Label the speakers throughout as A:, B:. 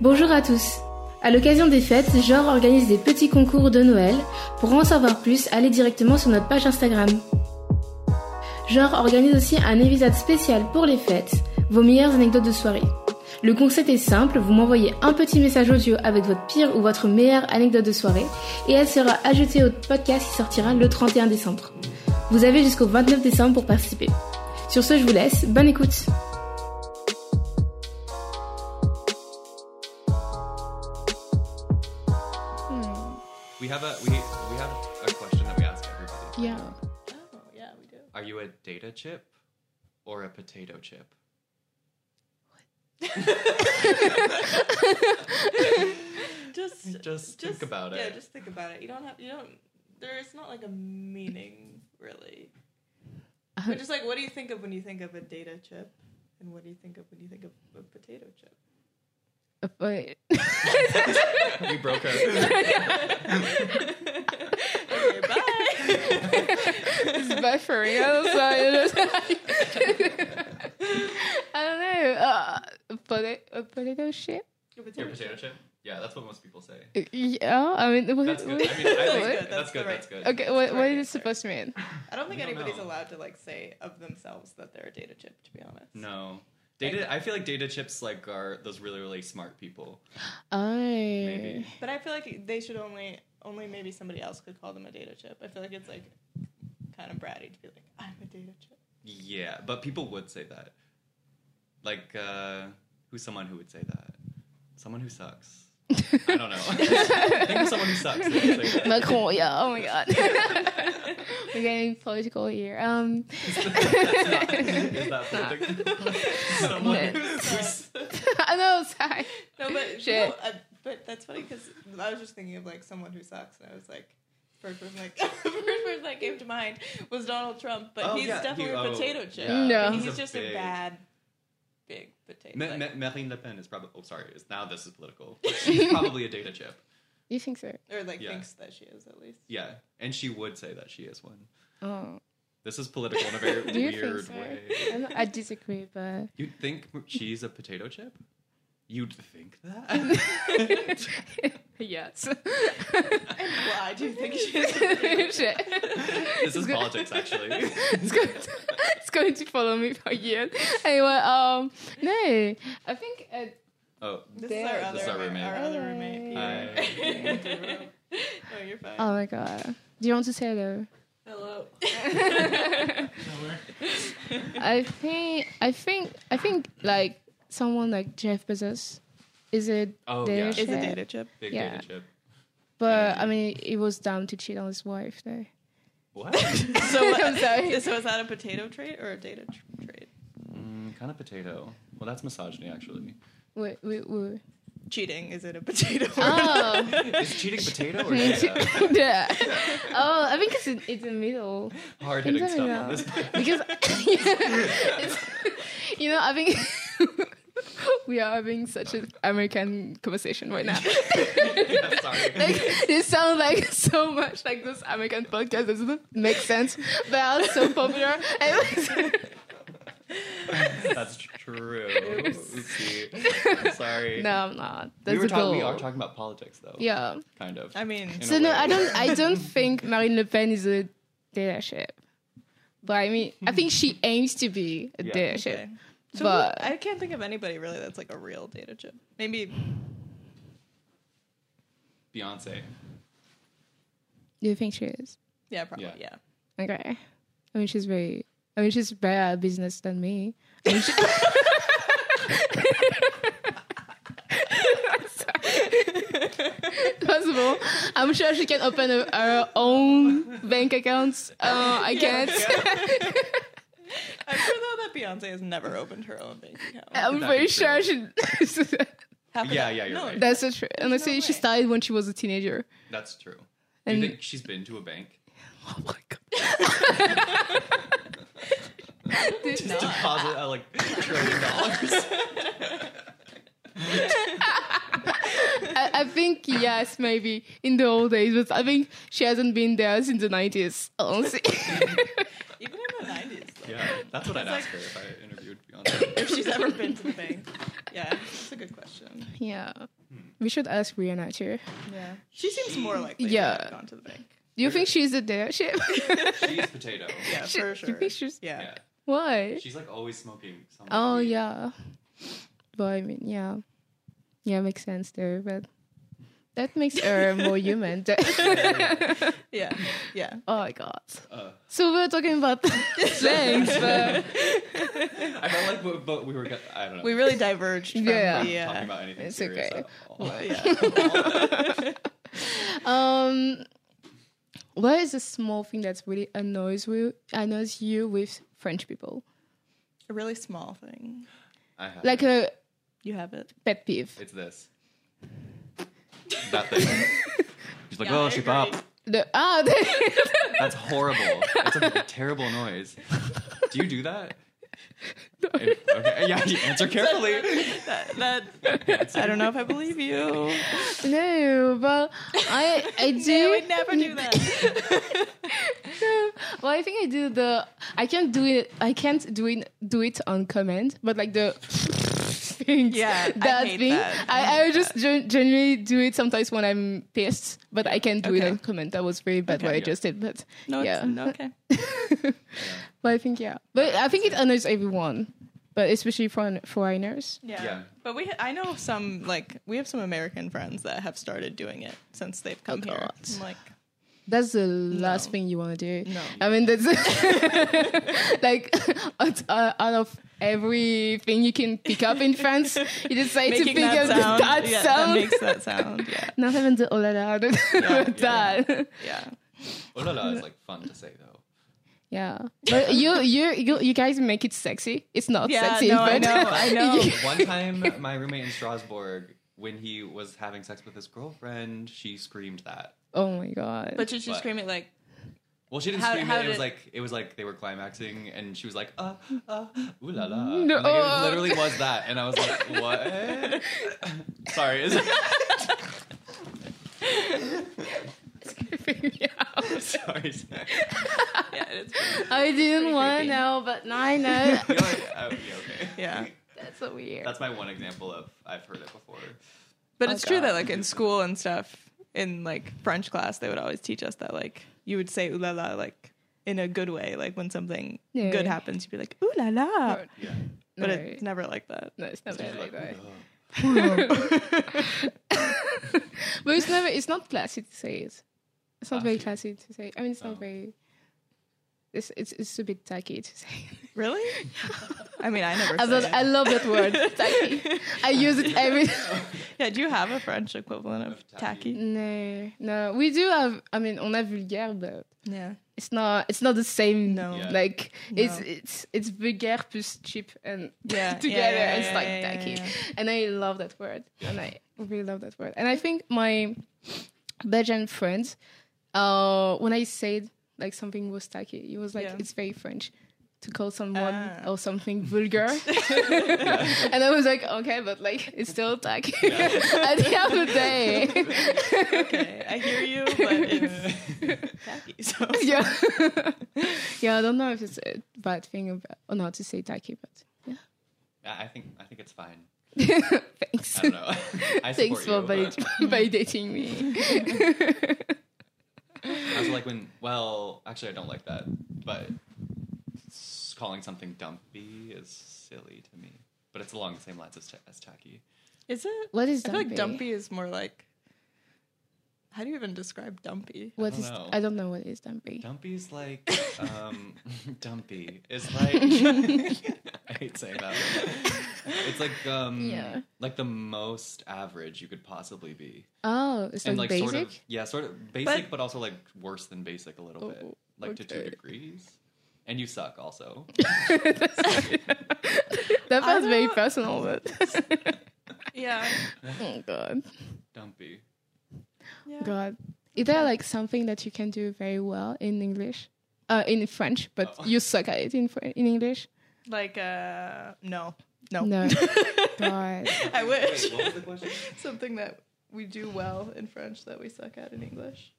A: Bonjour à tous. À l'occasion des fêtes, Genre organise des petits concours de Noël. Pour en savoir plus, allez directement sur notre page Instagram. Genre organise aussi un épisode spécial pour les fêtes, vos meilleures anecdotes de soirée. Le concept est simple, vous m'envoyez un petit message audio avec votre pire ou votre meilleure anecdote de soirée et elle sera ajoutée au podcast qui sortira le 31 décembre. Vous avez jusqu'au 29 décembre pour participer. Sur ce, je vous laisse, bonne écoute
B: We have a we we have a question that we ask everybody.
A: Yeah.
C: Oh, yeah, we do.
B: Are you a data chip or a potato chip?
C: Just,
B: Just think about
C: Yeah,
B: it.
C: just think about it. You don't have, you don't. There's not like a meaning really.
A: Uh,
C: But just like, what do you think of when you think of a data chip, and what do you think of when you think of a potato chip?
B: we broke her.
C: Okay, bye.
D: but for real, so I just I don't know. Uh, potato, a potato chip?
B: Your
C: Your potato
B: potato
C: chip.
B: chip? Yeah, that's what most people say.
D: Yeah, I mean, what,
B: That's good. I
D: what-
B: mean, I
C: That's
B: think
C: good,
B: that's
C: that's
B: good.
C: the
B: That's
C: right-
B: good.
D: okay, what, what
C: Sorry,
D: is it
C: sorry.
D: supposed to mean?
C: I don't think
B: We don't
C: anybody's
B: know.
C: allowed to like say of themselves that they're a data chip. To be honest.
B: No. Data I feel like data chips like are those really really smart people.
D: Oh,
B: Maybe.
C: But I feel like they should only only maybe somebody else could call them a data chip. I feel like it's like kind of bratty to be like, I'm a data chip.
B: Yeah, but people would say that. Like uh who's someone who would say that? Someone who sucks. I don't know. Think of someone who sucks. They would say that.
D: Macron, yeah. Oh my god, we're getting political here. Um,
B: Is that perfect? someone
D: No.
B: who sucks.
D: I know, sorry.
C: No, but
D: Shit.
C: no, uh, but that's funny because I was just thinking of like someone who sucks, and I was like, first person like first person that came to mind was Donald Trump, but
B: Oh,
C: he's
B: yeah,
C: definitely
B: he-
C: a
B: oh,
C: potato chip.
B: yeah,
D: No.
C: But
B: he's
C: he's,
B: a
C: just
B: big-
C: a bad big potato.
B: Ma-
C: like-
B: Ma- Marine Le Pen is probably. Oh, sorry. Is, now this is political. But She's probably a data chip.
D: You think so?
C: or like
B: yeah.
C: thinks that she is at least.
B: Yeah, and she would say that she is one.
D: Oh,
B: This is political in a very
D: do you
B: weird
D: think so?
B: way.
D: I'm not- I disagree, but
B: You'd think she's a potato chip. You'd think that.
D: yes.
C: And why do you think she is?
D: Shit.
B: this is politics, actually.
D: it's going to, it's going to follow me for years. Anyway, um, no, I think uh,
B: Oh,
C: This is our
D: There.
C: other,
B: This is our
C: roommate.
B: roommate.
C: Our other roommate.
B: Hi.
C: Peter. oh, you're fine.
D: oh my god. Do you want to say hello?
C: Hello.
D: I think I think I think like someone like Jeff Bezos is it
B: oh
D: There
B: yeah,
D: she- Is it data
C: chip?
B: big
D: yeah.
B: data chip.
D: but I mean it was dumb to cheat on his wife though.
B: What? Mm,
C: So, what-
D: I'm sorry.
C: so is that a potato trait or a data tr- trait?
B: mm, kind of potato. Well, that's misogyny, actually.
D: Wait, wait, wait.
C: Cheating, is it a potato?
D: Oh
B: Is cheating potato or data?
D: yeah. Oh I think it's in, it's in the middle.
B: Hard hitting
D: Things
B: stuff
D: I
B: on this.
D: because it's, you know I think we are having such an American conversation right now.
B: Yeah, sorry.
D: Like, it sounds like so much like this American podcast doesn't make sense, but I was so popular. It was-
B: That's true. Oopsie. I'm sorry.
D: no, I'm not. That's
B: we were
D: a
B: talking. We
D: goal.
B: are talking about politics, though.
D: Yeah.
B: kind of.
C: I mean,
B: In
D: So
B: a
D: no,
B: way.
D: I don't. I don't think Marine Le Pen is a dictatorship, but I mean, I think she aims to be a
B: Yeah.
D: dictatorship.
C: okay. So
D: But-
C: who- I can't think of anybody really that's like a real data chip. Maybe
B: Beyonce.
D: Do you think she is?
C: yeah, probably
B: Yeah.
C: yeah.
D: Okay. I mean, she's very. I mean, she's better at business than me. I mean, she- First of all, I'm sure she can open a, her own bank accounts. Uh, I can't.
C: I'm sure though that Beyonce has never opened her own bank account.
D: I'm
B: That'd
D: very
B: be
D: sure she.
C: Half of
B: Yeah,
C: that-
B: yeah, you're
C: no,
B: right.
D: That's the truth. And I
C: no
D: say she
C: way.
D: started when she was a teenager.
B: That's true.
D: And-
B: Do you think she's been to a bank?
D: Oh my god.
B: Just deposit uh, like trillion dollars.
D: I, I think yes, maybe in the old days, but I think she hasn't been there since the nineties. Honestly,
C: Even in the 90s, though.
B: Yeah, that's what I'd
C: It's
B: ask her if I interviewed Beyonce.
C: if she's ever been to the bank. Yeah, it's a good question.
D: Yeah.
B: Hmm.
D: We should ask Rihanna too.
C: Yeah, she seems more likely.
D: Yeah.
C: to have gone to the bank.
D: Do you think she's a dealership?
B: She's potato.
C: Yeah,
D: She-
C: for
D: You
C: sure.
D: think she's
C: yeah.
B: Yeah.
D: why?
B: She's like always smoking something.
D: Oh yeah. But I mean, yeah, yeah, makes sense there. But that makes her more human.
C: yeah, yeah.
D: oh my god.
B: Uh,
D: So we're talking about things, but
B: I felt like, but, but we were. go- I don't know.
C: We really diverged. From
D: Yeah.
C: the, uh,
B: talking about anything
D: It's
B: serious
D: okay.
B: at all.
D: um, what is a small thing that really annoys you? Annoys you with French people,
C: a really small thing.
B: I have
D: like a
C: You have it.
D: pet peeve.
B: It's this. That thing. She's like,
C: Yeah,
B: oh,
C: I
B: she
C: agree.
B: popped.
D: The ah, the-
B: That's horrible. It's a terrible noise. Do you do that? Okay. Yeah, you answer carefully.
C: That, that I don't know if I believe you.
D: no, but I I do.
C: I would never do that.
D: well, I think I do the. I can't do it. I can't do it. Do it on command, but like the. Things,
C: Yeah, I
D: that
C: hate
D: thing.
C: that.
D: I, I, just gen- generally do it sometimes when I'm pissed, but I can't do it
C: Okay.
D: on command. That was very bad
C: Okay.
D: what I just did, but
C: No,
D: yeah.
C: it's, no, okay.
D: But I think yeah, but I think it annoys everyone, but especially for foreigners.
C: Yeah.
B: Yeah.
C: But we, I know some like we have some American friends that have started doing it since they've come
D: Oh,
C: here.
D: God.
C: I'm like,
D: That's the last
C: No.
D: thing you want to do.
C: No.
D: I mean that's like out, uh, out of everything you can pick up in France, you decide to
C: making
D: pick up
C: that sound,
D: that
C: yeah,
D: sound.
C: that makes that sound. Yeah,
D: Not even the oh la la, the-
B: yeah.
D: that. Yeah.
C: yeah.
B: Oh la la is like fun to say though.
D: but you you you you guys make it sexy. It's not
C: Yeah,
D: sexy,
C: no, I
D: but
C: know, Oh, I know.
B: One time, my roommate in Strasbourg, when he was having sex with his girlfriend, she screamed that.
D: oh my god.
C: But did she
B: What?
C: scream it like?
B: Well, she didn't
C: How-
B: scream
C: how
B: it. It was
C: did-
B: like it was like they were climaxing, and she was like, "Uh, uh, ooh la la."
D: No.
B: Like, it literally was that, and I was like, "What?" Sorry, is it? Sorry, sorry.
C: Yeah, it's pretty-
D: I didn't want to
C: creepy.
D: know, but now I know.
B: You know what? Oh, yeah, okay.
C: yeah.
D: That's so weird.
B: That's my one example of I've heard it before.
C: But
D: Oh,
C: it's true
D: God.
C: that like in school and stuff, in like French class, they would always teach us that like you would say ooh la la like in a good way, like when something
D: Yeah.
C: good happens, you'd be like ooh la la.
D: Right.
B: Yeah.
C: But
D: no,
C: it's never like that.
D: no, it's not
B: She's
D: really
B: like,
D: that.
B: "Ooh la la."
D: but it's never. It's not classy to say it. It's not very classy to say. I mean, it's not
B: Oh.
D: very. It's, it's it's a bit tacky to say.
C: Really? I mean, I never.
D: I
C: Said
D: love, I love that word tacky. I use it every.
C: Yeah, do you have a French equivalent of
B: Of tacky.
C: tacky?
D: no, no, we do have. I mean, on a vulgaire, but
C: Yeah.
D: it's not. It's not the same.
C: No.
B: Yeah.
D: Like it's
C: No.
D: it's it's vulgaire plus cheap and
C: Yeah, yeah,
D: together
C: yeah,
D: it's
C: yeah,
D: like
C: yeah, yeah,
D: tacky.
C: yeah.
D: And I love that word.
B: Yeah.
D: And I really love that word. And I think my Belgian friends, uh, when I said like something was tacky, it was like
C: Yeah.
D: it's very French to call someone
C: Ah.
D: or something vulgar. and I was like, okay, but like it's still tacky at the end of the day.
C: Okay, I hear you, but it's tacky. So
D: yeah. yeah, I don't know if it's a bad thing or, or not to say tacky, but
B: Yeah, I think I think it's fine.
D: Thanks.
B: I don't know. I support
D: Thanks for
B: you.
D: valid- validating me.
B: I was like when well, actually I don't like that, but s- calling something dumpy is silly to me. But it's along the same lines as, ta- as tacky.
C: is it?
D: What is
C: I feel
D: dumpy?
C: like dumpy is more like. How do you even describe dumpy?
D: What
B: don't
D: is?
B: know.
D: I don't know what is dumpy.
B: Dumpy's like um dumpy. It's like I hate saying that. word. It's like um
D: Yeah.
B: like the most average you could possibly be.
D: Oh, it's like,
B: and like
D: basic.
B: sort of yeah, sort of basic
C: But-
B: but, also like worse than basic a little bit.
D: Oh,
B: Like to
D: okay.
B: two degrees. And you suck also.
D: that
C: I
D: was very
C: don't-
D: personal, but
C: Yeah.
D: oh god,
B: Dumpy.
C: yeah.
D: god. Is there like something that you can do very well in English, uh, in French, but
B: Oh.
D: you suck at it in Fr- in English?
C: Like uh, no, no,
D: No. God,
C: I wish.
B: Wait, what was the question?
C: Something that we do well in French that we suck at in English.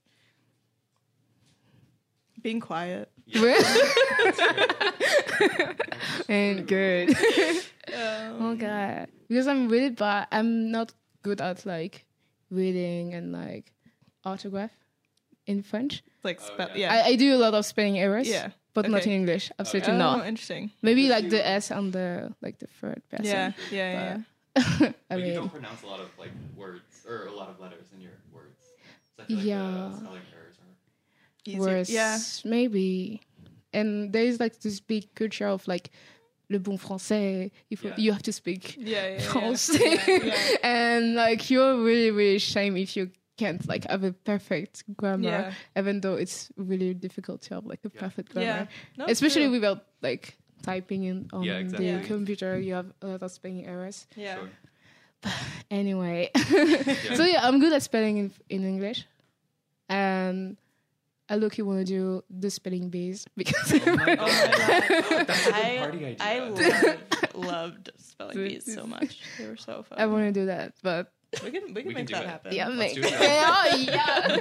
C: Being quiet.
D: and good.
C: Um,
D: Oh god, because I'm really bad. I'm not good at like reading and like autograph in French.
C: Like
B: Oh,
C: spell.
B: yeah.
C: yeah.
D: I, I do a lot of spelling errors.
C: Yeah.
D: But not in
C: Okay.
D: English. Absolutely
C: oh,
D: not.
C: interesting.
D: Maybe
B: If
D: like
B: you-
D: the S on the like the third person.
C: Yeah, yeah, yeah. yeah.
D: but- I
B: but you
D: mean,
B: don't pronounce a lot of like words or a lot of letters in your words. So I feel like
D: Yeah.
B: the spelling errors are.
C: Easier.
D: worse,
C: Yeah.
D: maybe. And there is like this big culture of like le bon français. You
B: Yeah.
D: you have to speak
C: Yeah, yeah, yeah.
D: français,
C: Yeah,
D: and like you're really really shame if you can't like have a perfect grammar,
C: Yeah.
D: even though it's really difficult to have like a
B: Yeah.
D: perfect
C: Yeah.
D: grammar,
C: No, it's
D: especially
C: true.
D: without like typing in on
B: Yeah, exactly.
D: the computer. You have a lot of spelling errors.
C: Yeah.
B: Sure.
D: anyway so yeah i'm good at spelling in, in english and i look you want to do the spelling bees because
B: Oh my god. That's a good
C: I-
B: party idea.
C: Oh I loved, loved spelling bees so much. They were so fun.
D: i want to do that but
C: we can we can
B: We can
C: make
B: do
C: um,
B: it.
C: that happen.
D: yeah
B: Let's do
D: make
B: that.
D: oh yeah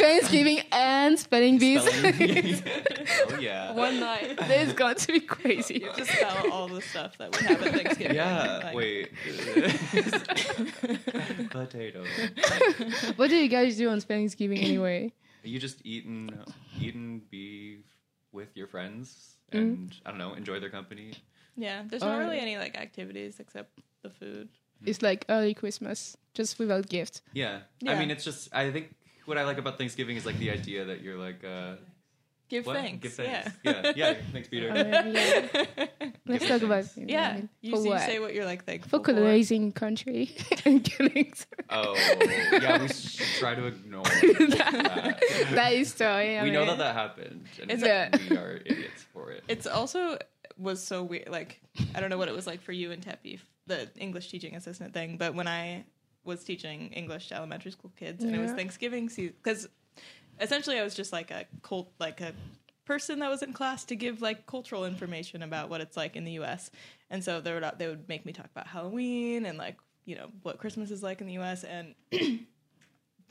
D: thanksgiving and spelling bees
B: Spelling- oh yeah.
C: One night.
D: this is going to be crazy
C: Just spell all the stuff that we have at Thanksgiving.
B: Yeah.
C: Like,
B: Wait. Potato.
D: what do you guys do on thanksgiving anyway
B: You just eaten eaten beef with your friends and I don't know, enjoy their company.
C: Yeah. There's
D: Oh,
C: not really
D: yeah.
C: any like activities except the food.
D: it's like early christmas just without gift
B: Yeah. I
C: Yeah.
B: mean, it's just I think what I like about Thanksgiving is like the idea that you're like uh,
C: Give
B: what?
C: thanks.
B: Give thanks. Yeah. Yeah. Thanks, Peter.
D: I mean, yeah.
C: Yeah.
D: let's
B: Give
D: talk about
B: thanks.
C: Yeah,
D: I mean,
C: you,
D: for
C: you
D: what
C: say what you're like thankful
D: for
C: for.
D: colonizing country and killing
B: Oh, yeah. We should try to ignore that.
D: that is story. I
B: we know
D: mean.
B: that that happened, and
C: It's
D: a-
B: we are idiots for it.
C: It's also was so weird. Like I don't know what it was like for you and Tepi, the English teaching assistant thing. But when I was teaching English to elementary school kids, and it was
D: Yeah.
C: Thanksgiving season, because essentially I was just like a cult, like a person that was in class to give like cultural information about what it's like in the U.S. And so they would they would make me talk about Halloween and like you know what Christmas is like in the U.S. and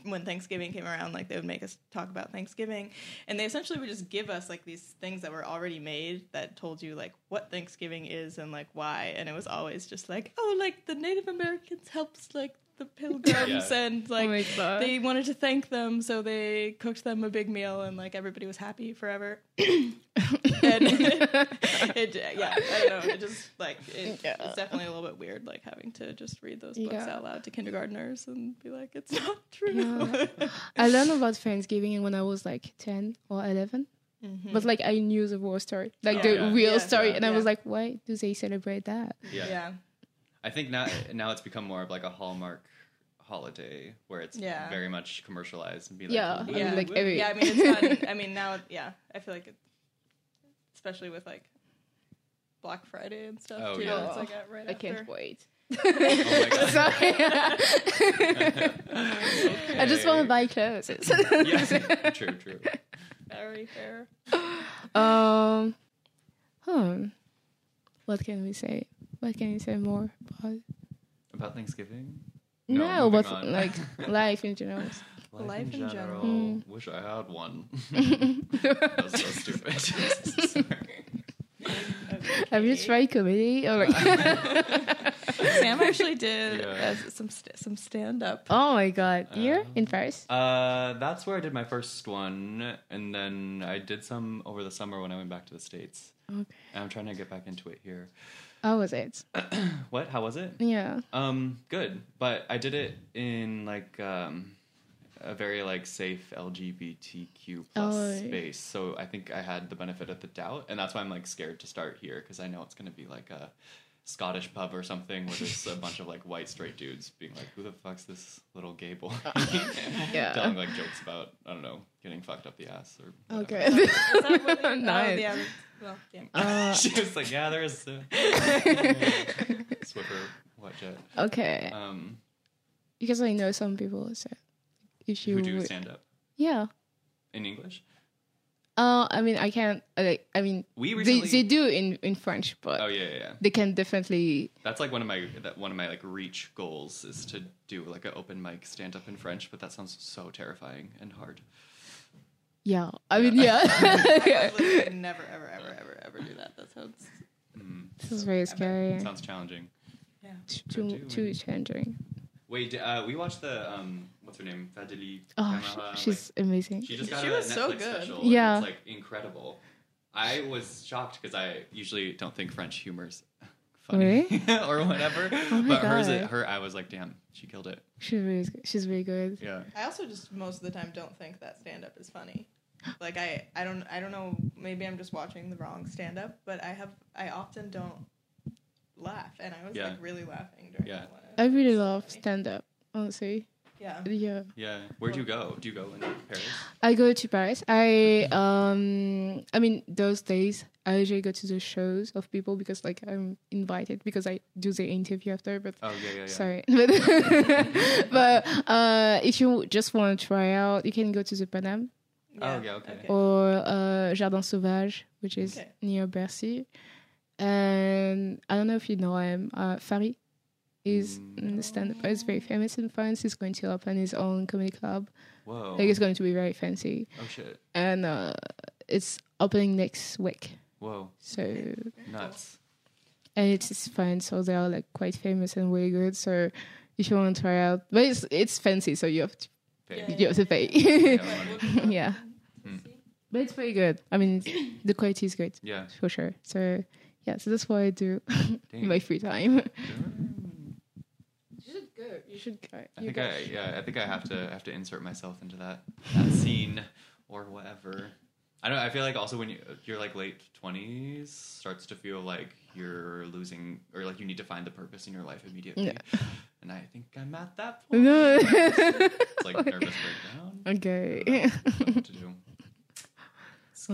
C: when Thanksgiving came around, like they would make us talk about Thanksgiving, and they essentially would just give us like these things that were already made that told you like what Thanksgiving is and like why, and it was always just like oh, like the Native Americans helped like the pilgrims
B: Yeah.
C: and
D: Oh
C: like
D: my God.
C: they wanted to thank them, so they cooked them a big meal, and like everybody was happy forever. and it, yeah, I don't know. It just like it,
D: Yeah.
C: it's definitely a little bit weird, like having to just read those books
D: Yeah.
C: out loud to kindergartners and be like, it's not true.
D: Yeah. I learned about Thanksgiving when I was like 10 or 11.
C: Mm-hmm.
D: But like I knew the war story, like
B: Oh,
D: the
B: yeah.
D: real
C: Yeah.
D: story,
B: Yeah.
D: and I
C: Yeah.
D: was like, why do they celebrate that?
B: Yeah.
C: yeah.
B: I think now now it's become more of like a hallmark holiday where it's
C: Yeah.
B: very much commercialized and be like
D: Yeah,
B: woo,
D: I mean,
C: Yeah.
D: like
B: woo.
D: every
C: Yeah, I mean, it's not. I mean, now, yeah, I feel like it, especially with like Black Friday and stuff.
B: Oh,
C: too,
B: yeah.
C: It's like at right
D: I can't
C: after.
D: wait.
B: oh my god.
D: Sorry, I just want to
B: Okay.
D: buy clothes.
B: Yeah. true, true.
C: Very fair.
D: um, hmm. what can we say? What can you say more about?
B: About Thanksgiving?
D: No,
B: moving
D: but
B: on.
D: like life in general.
B: life,
C: Life
B: in,
C: in
B: general. Hmm.
C: general.
B: Wish I had one. that was so stupid. Sorry.
D: Have you
C: Okay.
D: tried comedy? Oh my,
C: Sam actually did
B: Yeah.
C: uh, some st- some stand up.
D: oh my god! You're
C: Um,
D: in Paris.
B: Uh, that's where I did my first one, and then I did some over the summer when I went back to the states.
D: Okay.
B: And I'm trying to get back into it here.
D: How was it?
B: What? How was it?
D: Yeah.
B: Um, good, but I did it in like um, a very like safe LGBTQ plus
D: Oh.
B: space. So I think I had the benefit of the doubt, and that's why I'm like scared to start here because I know it's gonna be like a Scottish pub or something where there's a bunch of like white straight dudes being like, "Who the fuck's this little gay boy?"
D: Yeah.
B: Telling like jokes about I don't know getting fucked up the ass or whatever.
D: Okay.
C: Is that what they-
D: Nice.
C: Oh, yeah. that's- Well, yeah.
D: Uh,
B: she was like, "Yeah, there is uh, Swiffer, what jet?"
D: okay.
C: Uh,
B: Um,
D: Because I know some people. So if you
B: who do
D: would-
B: stand up
D: yeah.
B: in English?
D: Uh, I mean, I can't. I, like, I mean,
B: We
D: they,
B: recently.
D: they do in in French, but
B: Oh yeah, yeah, yeah.
D: they can definitely.
B: That's like one of my that one of my like reach goals is to do like an open mic stand up in French, but that sounds so terrifying and hard.
D: Yeah. I mean, yeah.
C: I would literally never, ever, ever, ever, ever do that. That sounds.
D: this is very scary.
B: Sounds challenging.
C: Yeah.
D: to
B: We're
D: to, to
B: doing-
D: changing.
B: Wait, uh, we watched the um, what's her name, Fadili
D: Oh,
B: Kamara, uh, like,
D: sh- she's amazing.
B: She just got
C: She
B: a
C: was
B: Netflix
C: so good.
B: special. and
D: Yeah.
B: it's like incredible. I was shocked because I usually don't think French humor's funny or whatever.
D: Oh my
B: but hers,
D: God.
B: her, I was like, damn, she killed it.
D: She's really she's really good.
B: Yeah,
C: I also just most of the time don't think that stand up is funny. Like I, I don't I don't know maybe I'm just watching the wrong stand up, but I have I often don't laugh and I was
B: Yeah.
C: like really laughing during
B: Yeah.
C: that one.
D: I really love
C: funny.
D: stand up. Honestly,
C: Yeah.
D: yeah.
B: yeah. Where'd you go? Do you go in Paris?
D: I go to Paris. I um I mean those days I usually go to the shows of people because like I'm invited because I do the interview after but
B: Oh yeah, yeah, yeah.
D: sorry. But, but uh if you just want to try out you can go to the Paname
B: Oh, yeah, okay.
D: or uh Jardin Sauvage which is
C: Okay.
D: near Bercy. And I don't know if you know him, uh Fari is
B: Mm.
D: stand up is very famous in France. He's going to open his own comedy club.
B: Whoa.
D: Like it's going to be very fancy
B: Oh shit.
D: and uh, it's opening next week.
B: Whoa.
D: So and
B: Nuts.
D: it's, it's fun. So they are like quite famous and really good. So if you want to try out, but it's it's fancy, so you have to
B: Fair.
C: Yeah.
D: you have to
B: Yeah.
D: pay.
C: Okay.
D: yeah,
B: Mm.
D: but it's pretty good. I mean, it's- the quality is good
B: Yeah.
D: for sure. So yeah, so that's what I do in
B: Dang.
D: my free time.
A: You should go.
D: You should go.
B: I think I yeah, I think I have to I have to insert myself into that that scene or whatever. I don't. I feel like also when you you're like late twenties starts to feel like you're losing or like you need to find the purpose in your life immediately. And I think I'm at that point.
D: No.
B: It's like nervous breakdown.
D: okay.
B: I don't know what to do.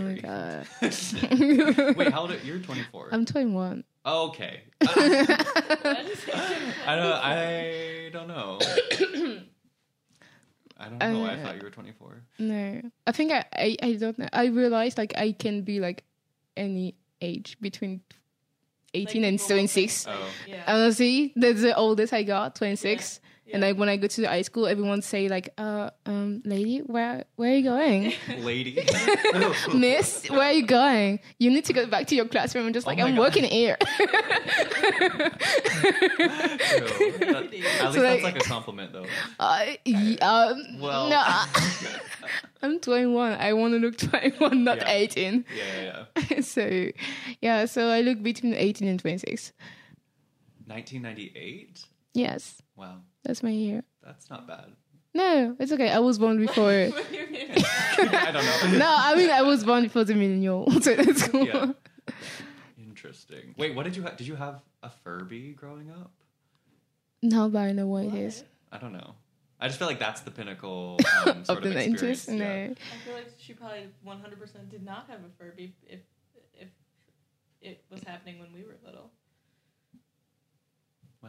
D: oh my
B: Scary.
D: god.
B: Wait, how old are you're 24?
D: I'm 21.
B: oh, okay. I don't. I don't know. I don't know. why I
D: Uh,
B: thought you were 24.
D: No, I think I, I, I don't know. I realized like I can be like any age between 18 and 26.
B: Oh.
C: Yeah.
D: Honestly, that's the oldest I got, 26. And
C: Yeah.
D: like when I go to the high school, everyone say like, uh, um, lady, where, where are you going?
B: lady.
D: Miss, where are you going? You need to go back to your classroom and just
B: Oh
D: like,
B: my
D: I'm
B: God.
D: working here.
B: True. That- at least
D: So,
B: that's
D: like-
B: like a compliment, though.
D: uh, y- um,
B: Well,
D: no,
B: yeah,
D: I'm 21. I want to look 21, not
B: Yeah.
D: 18.
B: yeah, yeah.
D: so yeah so i look between 18 and 26
B: 1998.
D: yes
B: Wow,
D: that's my year
B: that's not bad.
D: no it's okay i was born before
C: What do you mean?
B: I don't know.
D: no i mean i was born before the millennial so that's cool
B: Yeah. Interesting. Wait, what did you have? Did you have a Furby growing up?
D: no but i know what, it is
B: I don't know. I just feel like that's the pinnacle um, sort
D: of the 90s
B: experience,
D: no
B: yeah.
C: I feel like she probably 100% did not have a Furby if if it was happening when we were little.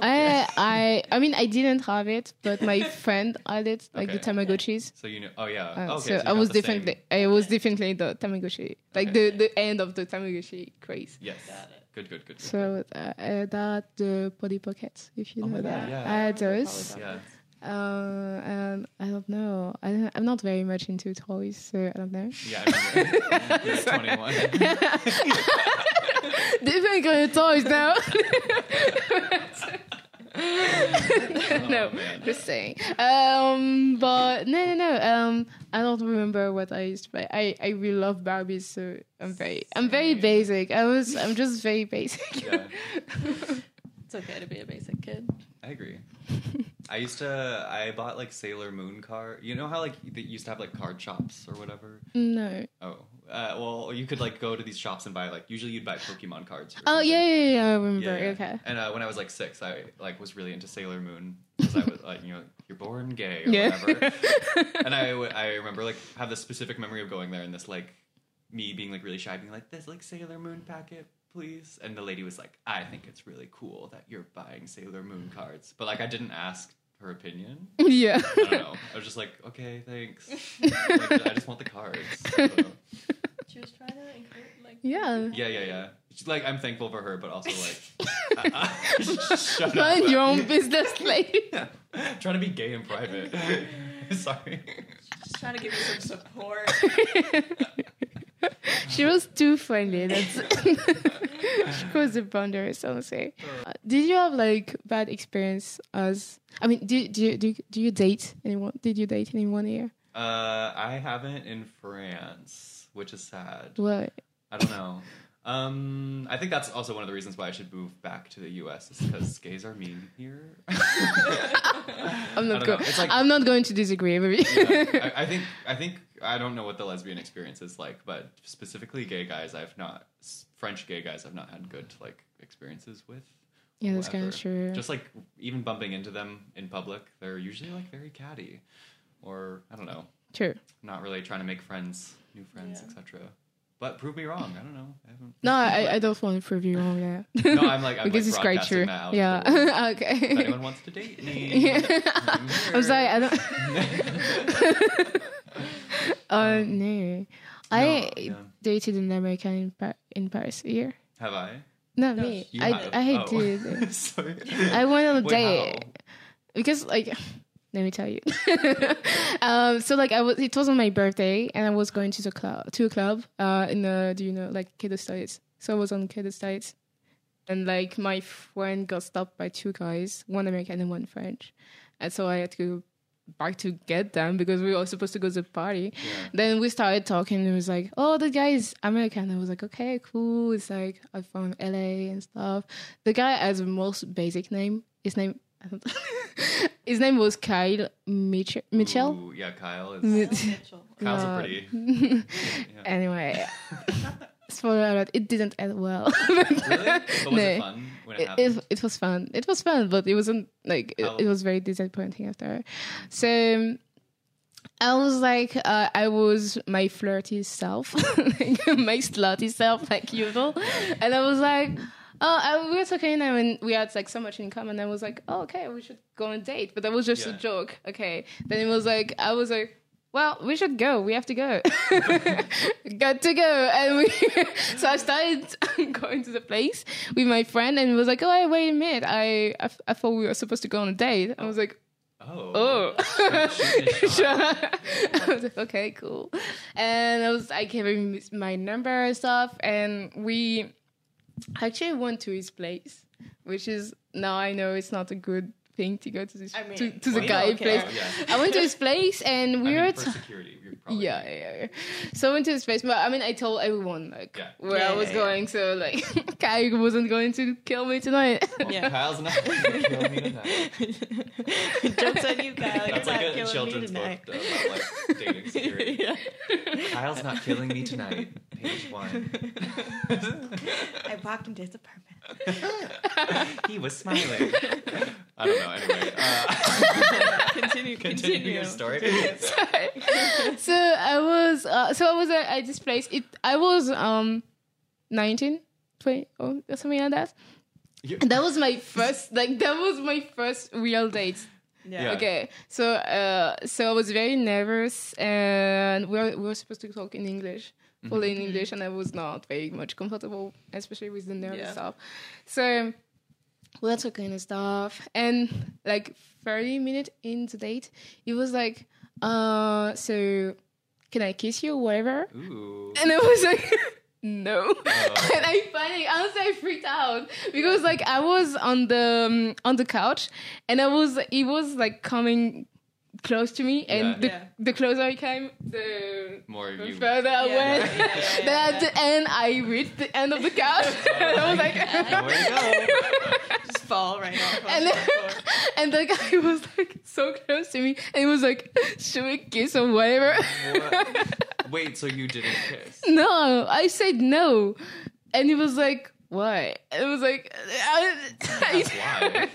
D: I, I i mean i didn't have it but my friend had it like the
B: Okay.
D: tamagotchis
B: So you know? Oh yeah.
D: Uh,
B: okay,
D: so,
B: you
D: I
B: got
D: was
B: the same-
D: definitely I was definitely the Tamagotchi, like
B: Okay.
D: the, the end of the Tamagotchi craze.
B: Yes.
C: Got it.
B: Good. Good. Good. good.
D: So uh, uh, that the Polly Pockets, if you
B: Oh
D: know
B: my
D: that,
B: God, yeah.
D: I had those.
B: yeah.
D: Uh, and I don't know. I don't, I'm not very much into toys, so I don't know.
B: Yeah. I remember. You're 21.
D: Different kind of toys now. no,
B: Oh, man.
D: just saying. Um, but no, no, no. Um, I don't remember what I used to buy. I I really love Barbies, so I'm very I'm very
B: Same.
D: basic. I was I'm just very basic.
B: Yeah.
C: It's okay to be a basic kid.
B: I agree. I used to. I bought like Sailor Moon card. You know how like they used to have like card shops or whatever.
D: no.
B: Oh, uh, well, you could like go to these shops and buy like. Usually, you'd buy Pokemon cards. or
D: Oh
B: something.
D: yeah, yeah, yeah. I remember.
B: Yeah, yeah.
D: Okay.
B: And uh, when I was like six, I like was really into Sailor Moon because I was like, you know, you're born gay or
D: Yeah.
B: whatever. and I, w- I remember like have this specific memory of going there and this like me being like really shy, being like, "This like Sailor Moon packet, please." And the lady was like, "I think it's really cool that you're buying Sailor Moon cards," but like I didn't ask her opinion.
D: yeah.
B: I don't know. I was just like, "Okay, thanks." Like, I just want the cards. I don't know.
C: She was trying to encourage, like.
D: Yeah.
B: Yeah, yeah, yeah. She's like, I'm thankful for her, but also like, shut
D: Mind
B: up.
D: your own business, lady.
B: Trying to be gay in private. Sorry.
C: Just trying to give you some support.
D: she was too friendly. That's she crossed the boundaries, honestly. Uh, did you have like bad experience as? I mean, do do you- do you- do you date anyone? Did you date anyone here?
B: Uh, I haven't in France, which is sad.
D: Well,
B: I don't know. Um, I think that's also one of the reasons why I should move back to the U.S. is because gays are mean here.
D: I'm not
B: I don't know.
D: going.
B: It's like-
D: I'm not going to disagree with you.
B: I, I think I think I don't know what the lesbian experience is like, but specifically gay guys, I've not s- French gay guys, I've not had good like experiences with.
D: Yeah, that's kinda
B: whatsoever.
D: true.
B: Just like even bumping into them in public, they're usually like very catty, or I don't know,
D: True.
B: not really trying to make friends, new friends,
C: Yeah.
B: etc. But prove me wrong. I don't know. I haven't.
D: No, I, I don't want to prove you wrong. Yeah.
B: No, I'm like I'm
D: because
B: like
D: it's quite
B: broadcasting
D: true.
B: that out to
D: Yeah.
B: the world. If
D: okay.
B: anyone wants to date me,
D: Yeah. I'm sorry. I don't. Oh no, I
B: yeah.
D: dated an American in, pa- in Paris a year.
B: Have I?
D: Not
C: No,
D: me.
B: You
D: I
B: have.
D: I
B: Oh.
D: did.
B: Sorry.
D: I went on a
B: Wait,
D: date
B: how?
D: because like let me tell you. um, so like I was it was on my birthday and I was going to the club to a club uh in the do you know like kiddo states. So I was on kiddo states. And like my friend got stopped by two guys, one American and one French, and so I had to go back to get them because we were supposed to go to the party. Then we started talking, and it was like, "Oh, the guy is American." I was like, "Okay, cool." It's like I'm from LA and stuff. The guy has the most basic name. His name, I don't his name was Kyle Mitchell. Mitchell.
B: Ooh, yeah, Kyle is.
D: Mi-
C: Mitchell.
B: Kyle's
D: God.
B: a pretty.
D: Anyway, spoiler alert: it didn't end well.
B: Really? But was it
D: No.
B: fun when it,
D: it,
B: happened?
D: it, it was fun. It was fun, but it wasn't like it,
B: How-
D: it was very disappointing after. So um, I was like, uh, I was my flirty self, like, my slutty self, like usual, and I was like. Oh, I, we were talking now, and we had like so much in common. I was like, "Oh, okay, we should go on a date," but that was just a
B: Yeah.
D: joke. Okay, then it was like, I was like, "Well, we should go. We have to go." got to go. And we, so I started going to the place with my friend and was like, oh, hey, wait a minute. I, I, I thought we were supposed to go on a date. I was like,
B: oh.
D: oh.
B: Shooting
D: Sure. I was like, okay, cool. And I was, I gave him his- my number and stuff. And we actually went to his place, which is, now I know it's not a good thing to go to this,
C: I mean,
D: to, to the
B: well,
D: guy
C: okay.
D: place.
B: Oh, Yeah.
D: I went to his place and we
B: I
D: were
B: mean,
D: at-
B: for security, you're probably
D: yeah, yeah, yeah. So I went to the space, but I mean, I told everyone like
B: Yeah.
D: where
C: Yeah,
D: I was
C: yeah, yeah.
D: going, so like Kai wasn't going to kill me tonight.
B: Well,
C: Yeah.
B: Kyle's not gonna kill me tonight.
C: Jokes on you, Kyle. You're
B: That's like
C: not
B: a
C: killing me
B: children's book
C: tonight.
B: though, about like dating security.
C: Yeah.
B: Kyle's not killing me tonight. Page one.
C: I walked into his apartment.
B: he was smiling. I don't know. Anyway, uh,
C: Continue.
B: continue your story.
D: so I was, uh, so I was at, at this place. It, I was um, 19, 20, or something like that.
B: You-
D: And that was my first, like that was my first real date.
B: Yeah.
D: Okay, so uh, so I was very nervous, and we were, we were supposed to talk in English, fully in English, and I was not very much comfortable, especially with the nervous
C: Yeah.
D: stuff. So we were talking and stuff, and like thirty minutes into date, he was like, uh, "So can I kiss you, or whatever?"
B: Ooh.
D: And I was like, no.
B: Oh.
D: And I panicked. Honestly, I freaked out because like I was on the um, on the couch, and I was he was like coming close to me, and
B: Yeah.
D: the
C: Yeah.
D: the closer I came, the
B: More of you.
D: further I
C: Yeah,
D: went.
C: yeah, yeah, yeah, yeah,
D: then at
C: yeah.
D: the end, I reached the end of the couch, and I was like.
B: There we go.
C: Just fall right off.
D: And
C: the
D: then-
C: floor.
D: And the guy was like so close to me, and he was like, "Should we kiss or whatever?"
B: What? Wait, so you didn't kiss?
D: no, I said no. And he was like, why? And it was like, I,
B: That's why.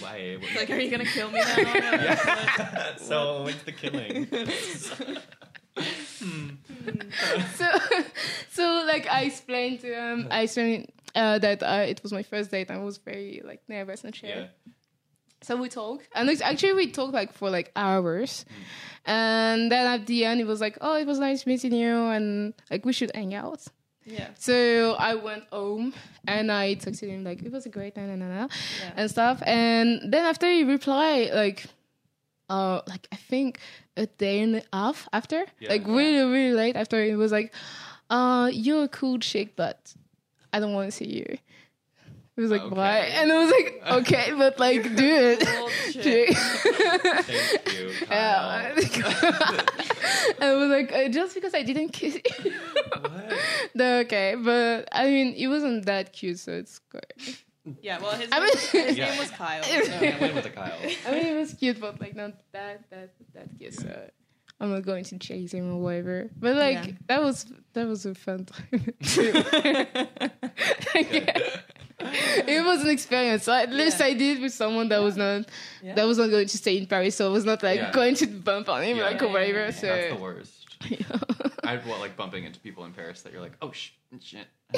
B: Why?
C: It's Like, are you gonna kill me now? Yeah.
B: so when's the killing?
D: so, so like I explained to him, I explained uh, that uh, it was my first date. I was very like nervous and shit.
B: Yeah.
D: So we talked, and it's- actually we talked like for like hours,
B: Mm.
D: and then at the end it was like, oh, it was nice meeting you, and like we should hang out.
C: yeah.
D: So I went home and I talked to him like it was a great night, na, na, na,
C: Yeah.
D: and stuff. And then after he replied, like, uh, like I think a day and a half after,
B: Yeah.
D: like really really late after, he was like, uh, you're a cool chick, but I don't want to see you. It was like,
B: Okay.
D: why? And I was like, okay, but like, do it.
C: Bullshit.
D: Dude.
B: Thank you.
D: Yeah.
B: Kyle.
D: I was like, uh, just because I didn't kiss you.
B: What?
D: No, okay, but I mean, it wasn't that cute, so it's good.
C: Yeah, well, his,
D: I
C: name,
D: mean-
C: his
B: Yeah.
C: name was Kyle.
B: No, I can't live with a Kyle.
D: I mean, it was cute, but like not that that that cute. So I'm not going to chase him or whatever. But like
C: Yeah.
D: that was that was a fun time. too. Yeah. It was an experience. So at least
C: Yeah.
D: I did with someone that was not
C: Yeah.
D: that was not going to stay in Paris, so I was not like
B: Yeah.
D: going to bump on him
B: Yeah.
D: like or
C: Yeah,
D: whatever.
C: yeah,
D: So
B: That's the worst.
D: yeah.
B: I well, like bumping into people in Paris that you're like, oh sh- shit.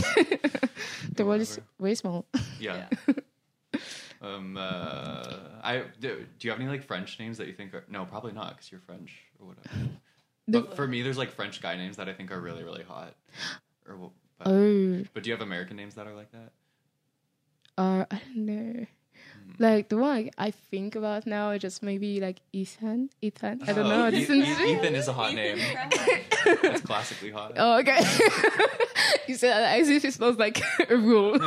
D: the world is very small.
B: Yeah. Um. Uh. I do. Do you have any like French names that you think are no? Probably not, because you're French or whatever.
D: The-
B: But for me, there's like French guy names that I think are really really hot. Or wh- but,
D: oh.
B: but do you have American names that are like that?
D: or uh, I don't know.
B: Hmm.
D: Like the one I I think about now is just maybe like Ethan. Ethan. I don't
B: Oh,
D: know.
B: E-
D: This
B: E-
D: is
B: Ethan is a hot name. It's classically hot.
D: Oh, okay. you said that as if it was like a rule.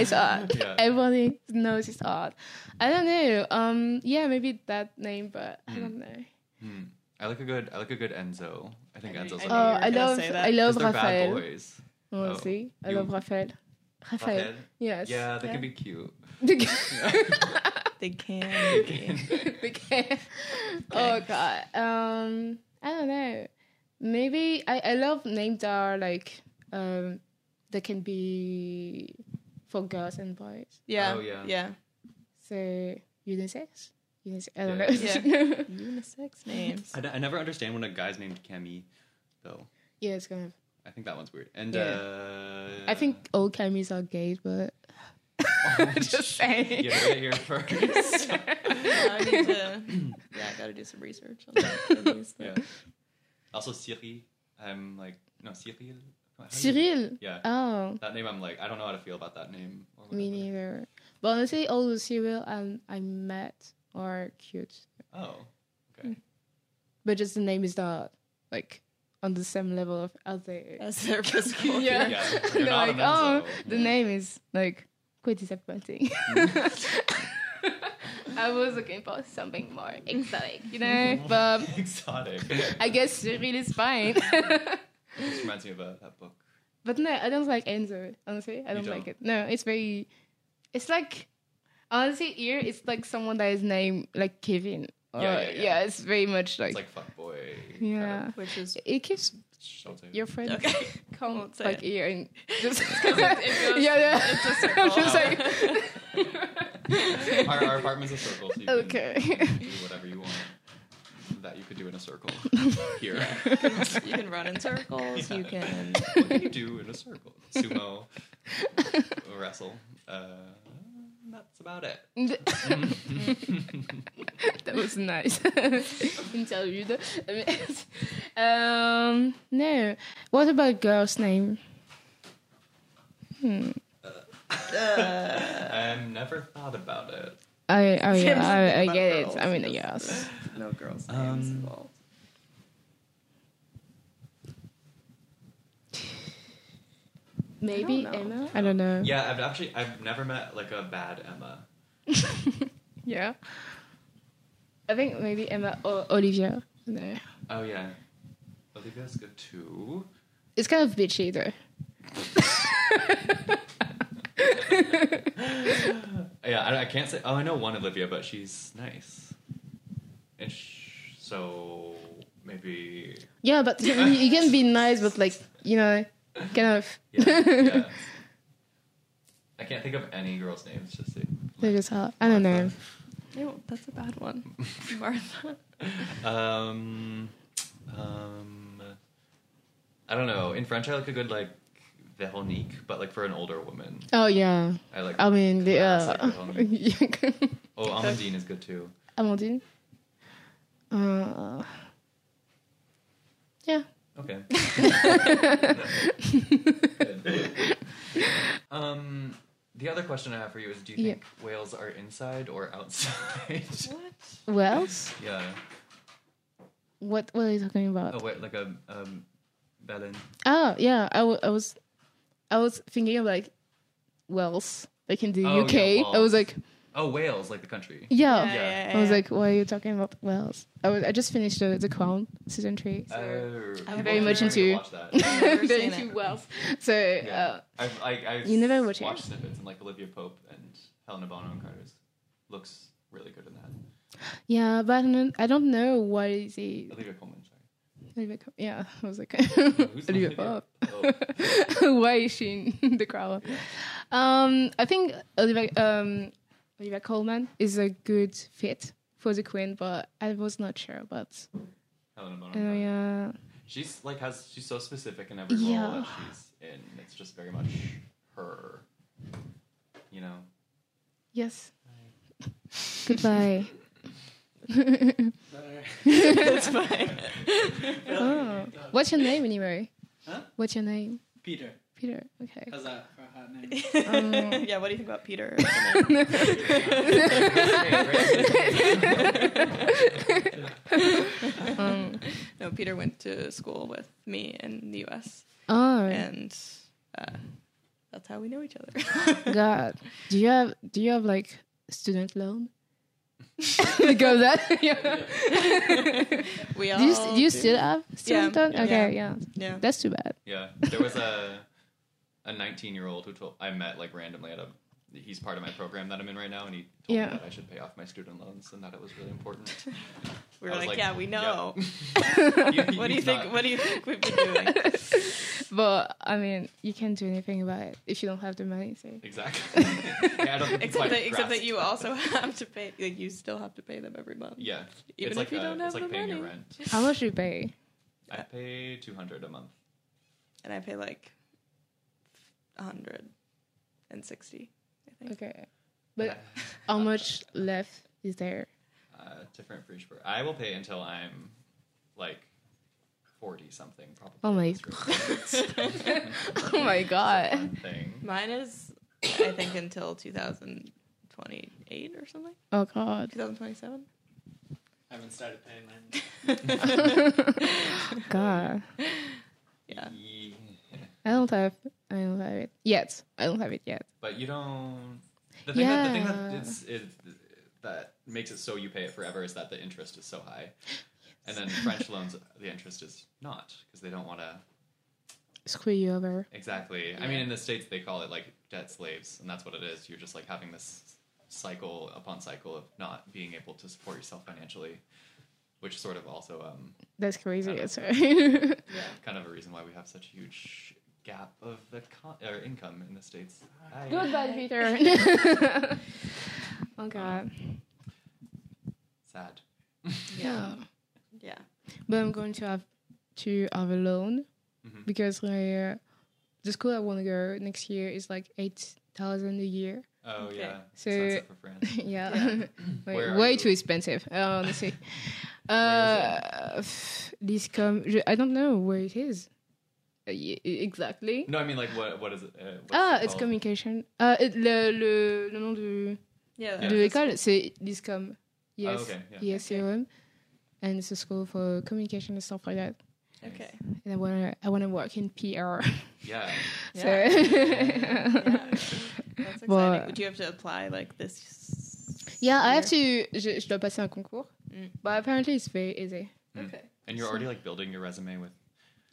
D: it's odd.
B: Yeah.
D: Everybody knows it's odd. I don't know. Um, yeah, maybe that name, but I don't know.
B: Hmm. I like a good. I like a good Enzo. I think
C: I knew-
B: Enzo's. a
C: I knew
D: Oh,
B: hot
C: you were
D: I
B: name.
C: gonna
D: love,
C: say that.
D: I love
B: 'Cause they're bad
D: Raphael.
B: boys.
D: Oh,
B: Oh,
D: see, I
B: you-
D: love Raphael. Raphael.
B: Raphael?
D: Yes.
B: Yeah, they can be cute.
C: They can.
D: okay. Oh god. Um, I don't know. Maybe I, I love names that are like um that can be for girls and boys.
C: Yeah.
B: Oh, yeah.
C: Yeah.
D: So unisex. Unisex. I don't
C: Yeah.
D: know. Yeah.
C: Unisex names.
B: I, d- I never understand when a guy's named Camille, though.
D: it's kind of.
B: I think that one's weird. And
D: Yeah.
B: uh,
D: I think all camis are gays, but just saying.
B: you heard it here first.
C: I need to. Yeah, I gotta do some research on that.
B: yeah. Also, Cyril. I'm like no Cyril. How do you-
D: Cyril.
B: Yeah.
D: Oh,
B: that name, I'm like I don't know how to feel about that name. Or
D: me
B: whatever.
D: neither. But honestly, all the Cyril I, I met are cute.
B: Oh, okay.
D: but just the name is not like on the same level of other.
C: As their physical.
D: Yeah.
B: Yeah,
D: They're
B: you're not
D: like,
B: an
D: oh,
B: Enzo.
D: the name is like quite disappointing.
B: Mm.
D: I was looking for something more exotic, you know.
B: Mm-hmm.
D: But
B: Exotic.
D: I guess it really is fine.
B: this reminds me of uh, that book.
D: but no, I don't like Enzo. Honestly, I
B: You
D: don't,
B: don't?
D: like it. No, it's very. It's like honestly, here it's like someone that is named like Kevin. Or,
B: Yeah,
D: yeah,
B: yeah, yeah.
D: it's very much like,
B: It's like fuckboy.
D: yeah.
B: Kind
C: Which is.
D: It keeps
B: of sheltered.
D: your friend
C: Okay.
D: come
C: Won't say
D: like
C: it.
D: here and just
C: it goes-
D: yeah yeah
C: it's a circle.
D: I'm just like
B: our, our apartment's a circle, so you
D: okay
B: can do whatever you want. That you could do in a circle. Here.
C: You can run in circles. You can.
B: what can you do in a circle? Sumo, wrestle. Uh, that's about it.
D: that was nice interlude um no what about girl's name Hmm.
B: I've never thought about it.
D: I oh
C: Tim,
D: yeah I, I
C: about
D: get
C: girls.
D: it I mean yes
C: No girls'
B: Um,
C: names involved.
D: maybe
C: I don't
D: Emma I don't know
B: Yeah, I've actually I've never met like a bad Emma.
D: yeah I think maybe Emma or Olivia no
B: Oh yeah, Olivia's good too.
D: it's kind of bitchy though
B: Yeah, I, I can't say. Oh, I know one Olivia, but she's nice. And sh- so maybe
D: Yeah, but you can, you can be nice, but like you know, kind of.
B: yeah, yeah. I can't think of any girls' names. Just like,
D: They just are. I don't know.
C: Ew, that's a bad one. Martha.
B: Um, um, I don't know. In French, I like a good like Véronique, but like for an older woman,
D: Oh yeah.
B: I like.
D: I mean, the, uh,
B: Classic. oh, Amandine is good too.
D: Amandine. Uh, yeah.
B: Okay. um, the other question I have for you is: Do you
D: Yeah.
B: think whales are inside or outside?
C: What?
D: Whales?
B: yeah.
D: What? What are you talking about?
B: Oh, wait, like a um,
E: Berlin.
D: Oh yeah, I, w- I was, I was thinking of like Wales, like in the
E: Oh,
D: UK.
E: yeah,
D: I was
E: Wales.
D: like,
E: Oh, Wales, like the country.
D: yeah.
C: yeah, yeah,
D: I was
C: yeah.
D: like, why are you talking about Wales? I was, I just finished uh, the, the Crown season three.
E: Oh,
D: So.
C: I'm
D: very much
B: Watch
D: into-
B: that.
C: I've never
D: They're
C: seen
D: into
C: it.
D: Wales. So
B: Yeah.
D: uh,
B: I've, I, I've
D: You never watch it?
B: watched snippets and like Olivia Pope and Helena Bonham Carter looks really good in that.
D: yeah, but I don't, know, I don't know why they.
B: Olivia Coleman, sorry.
D: Yeah, I was like,
B: Who's
D: Olivia
B: Olivia?
D: Pope.
B: Oh,
D: why is she in the crowd? Um, I think Olivia, um, Olivia Coleman is a good fit for the Queen, but I was not sure. But
B: Helena Bonham
D: oh
B: Carter.
D: yeah,
B: She's like has she's so specific in every role
D: Yeah.
B: that she's in. It's just very much her. You know.
D: yes. Goodbye.
C: it's fine.
D: oh. What's your name anyway?
F: Huh?
D: What's your name,
F: Uh, Peter.
D: Peter? Okay.
F: How's that for a hot name?
C: yeah, what do you think about Peter?
D: Um,
C: no, Peter went to school with me in the U.S.
D: oh
C: and uh, that's how we know each other.
D: God, do you have do you have like student loan? Go that. yeah.
C: we all
D: Do you, s- do you still have student
C: Yeah.
D: loan? Okay, yeah.
C: yeah.
D: That's too bad.
B: Yeah, there was a a 19 year old who told I met like randomly at a. He's part of my program that I'm in right now, and he told
D: Yeah.
B: me that I should pay off my student loans and that it was really important.
C: We
B: I
C: were
B: was
C: like,
B: like,
C: yeah, we know.
B: He-
C: What do you
B: he's
C: think?
B: not-
C: What do you think we've been doing?
D: But I mean, you can't do anything about it if you don't have the money. So.
B: Exactly. yeah, I don't think he
C: Except
B: quite
C: that, except that
B: grasped
C: you also have to pay. Like, you still have to pay them every month.
B: Yeah, it's
C: Even if
B: like
C: you
B: uh,
C: don't
B: it's
C: have
B: like
C: the
B: paying
C: money.
B: your rent.
D: How much do you pay?
B: I pay 200 a month.
C: And I pay like a hundred and sixty. I think.
D: Okay, but how much left is there?
B: Uh, different for each. Per- I will pay until I'm like 40 something probably.
D: Oh my! oh my god!
B: One thing.
C: Mine is, I think, until 2028 or something.
D: Oh god!
C: 2027.
F: I haven't started paying mine.
D: God!
C: Yeah.
B: Ye-
D: I don't have. I don't have it yet. I don't have it yet.
B: But you don't. The thing that the thing that
D: Yeah.
B: it's, it, that makes it so you pay it forever is that the interest is so high, and then French loans the interest is not because they don't want to
D: Screw you over.
B: Exactly. I mean, in the states they call it like debt slaves, and that's what it is. You're just like having this cycle upon cycle of not being able to support yourself financially, which sort of also um,
D: That's crazy.
B: Yeah.
D: Sorry.
B: kind of a reason why we have such a huge gap of econ- or income in the states. Hi.
D: Goodbye, Peter. oh god.
B: Sad.
D: Yeah.
C: Yeah.
D: But I'm going to have to have a loan
B: Mhm.
D: because I, uh, the school I want to go next year is like eight thousand a year.
B: Oh
C: Okay.
B: yeah.
D: So-
B: Expensive for France.
D: yeah. Like,
B: Where are
D: way
B: you?
D: too expensive. Uh, honestly.
B: Where
D: Uh, this come. I don't know where it is. Uh, ye- exactly.
B: No, I mean like what what is it? Uh, what's
D: Ah,
B: it
D: it's
B: called?
D: communication. Uh, it- le, le, le nom de,
C: Yeah.
D: de l'école, c'est l'ISCOM.
B: Oh,
D: Yes.
B: okay. Yeah.
D: Yes, EOM. And it's a school for communication and stuff like that.
C: Okay.
D: And I wanna, I wanna work in PR.
B: Yeah.
C: Yeah.
D: So
C: yeah. That's exciting.
D: Well-
C: Would you have to apply like this?
D: yeah, I have
C: year?
D: to. Je, je dois passer un concours.
C: Mm.
D: But apparently, it's very easy.
B: Mm.
C: Okay.
B: And you're already like building your resume with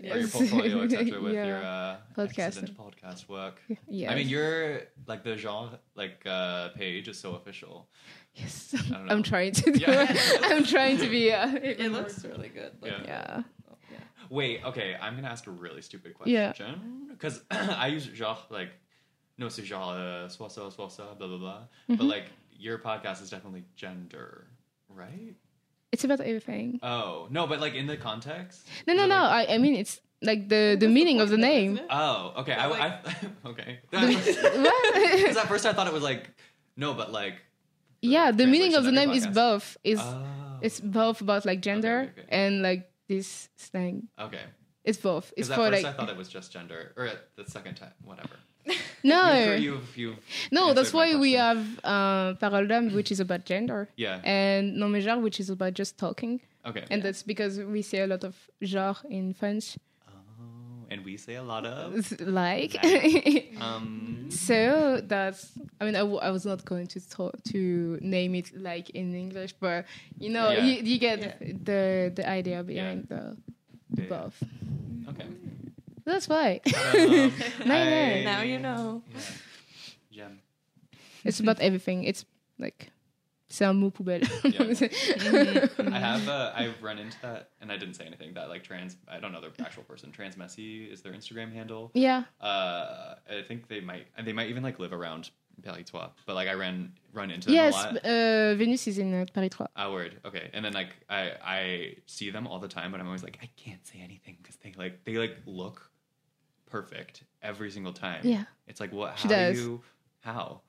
B: or your
D: Yes.
B: portfolio, etc. With
D: Yeah.
B: your uh,
D: Podcast.
B: excellent podcast work.
D: Yes.
B: I mean, you're like the genre like uh, page is so official.
D: yes.
B: I don't know.
D: I'm trying to. Do
B: Yeah.
D: I'm trying to be. Uh,
C: It looks really good. Like, oh,
B: Yeah.
D: Yeah.
C: yeah.
B: Wait, okay, I'm gonna ask a really stupid
D: Yeah.
B: question. Because I use genre like no, c'est genre soit ça, soit ça, blah blah blah.
D: Mm-hmm.
B: But like your podcast is definitely gender, right?
D: It's about everything.
B: Oh no, but like in the context.
D: No, no,
B: But,
D: no.
B: like-
D: I, I mean, it's like the the meaning of the name.
B: Oh, okay. I,
C: But,
B: I okay. Because
D: What?
B: at first I thought it was like no, but like
D: yeah, the
B: Translation
D: meaning of the
B: of your
D: name is
B: podcast.
D: both. Is
B: oh,
D: it's both about like gender
B: okay, okay.
D: and like this thing.
B: okay.
D: It's both. It's
B: Because at
D: for
B: first
D: like
B: I thought it was just gender, or at the second time, whatever.
D: no,
B: you you
D: no.
B: answered
D: That's
B: my
D: why we
B: question.
D: have uh, parole d'homme, which is about gender,
B: yeah.
D: and non ménagère, which is about just talking.
B: Okay.
D: And that's because we see a lot of genre in French.
B: Oh. and we say a lot of.
D: like
B: Um,
D: so that's i mean I, w- I was not going to talk to name it like in english but you know
B: Yeah.
D: you, you get
C: Yeah.
D: the the idea behind the
B: yeah,
D: buff
B: Okay.
D: that's why
B: Um,
D: no.
B: I-
C: Now you know.
B: Yeah. Gem.
D: it's about everything it's like c'est un mot poubelle
B: Yeah. I have uh, I've run into that and I didn't say anything that like trans I don't know their actual person trans messy is their Instagram handle
D: yeah
B: uh I think they might and they might even like live around Palitois but like I ran run into them
D: yes
B: a lot
D: uh, venus is in uh, paris 3
B: Ah, word. Okay. And then like I I see them all the time, but I'm always like I can't say anything because they like they like look perfect every single time.
D: Yeah.
B: It's like what? How
D: She does.
B: do you? How?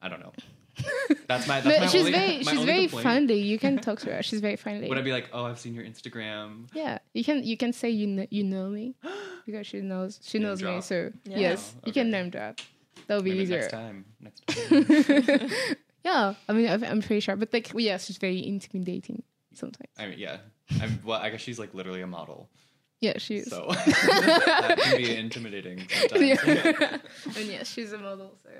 B: I don't know. That's my. That's
D: but
B: my
D: she's
B: only,
D: very
B: my
D: she's
B: only
D: very
B: complaint.
D: friendly you can talk to her she's very friendly
B: Would I be like, oh, I've seen your Instagram?
D: Yeah, you can you can say you kn- you know me because she knows she
B: Name
D: knows me.
B: drop.
D: So
C: Yeah.
D: yes, you can name drop. That'll be
B: Maybe
D: easier.
B: next time. Next time.
D: yeah, I mean I- I'm pretty sure, but like yeah, she's very intimidating sometimes.
B: I mean, yeah. I'm, well, I guess she's like literally a model,
D: Yeah, she is.
B: so that can be intimidating sometimes.
D: yeah. and yeah, she's a model. So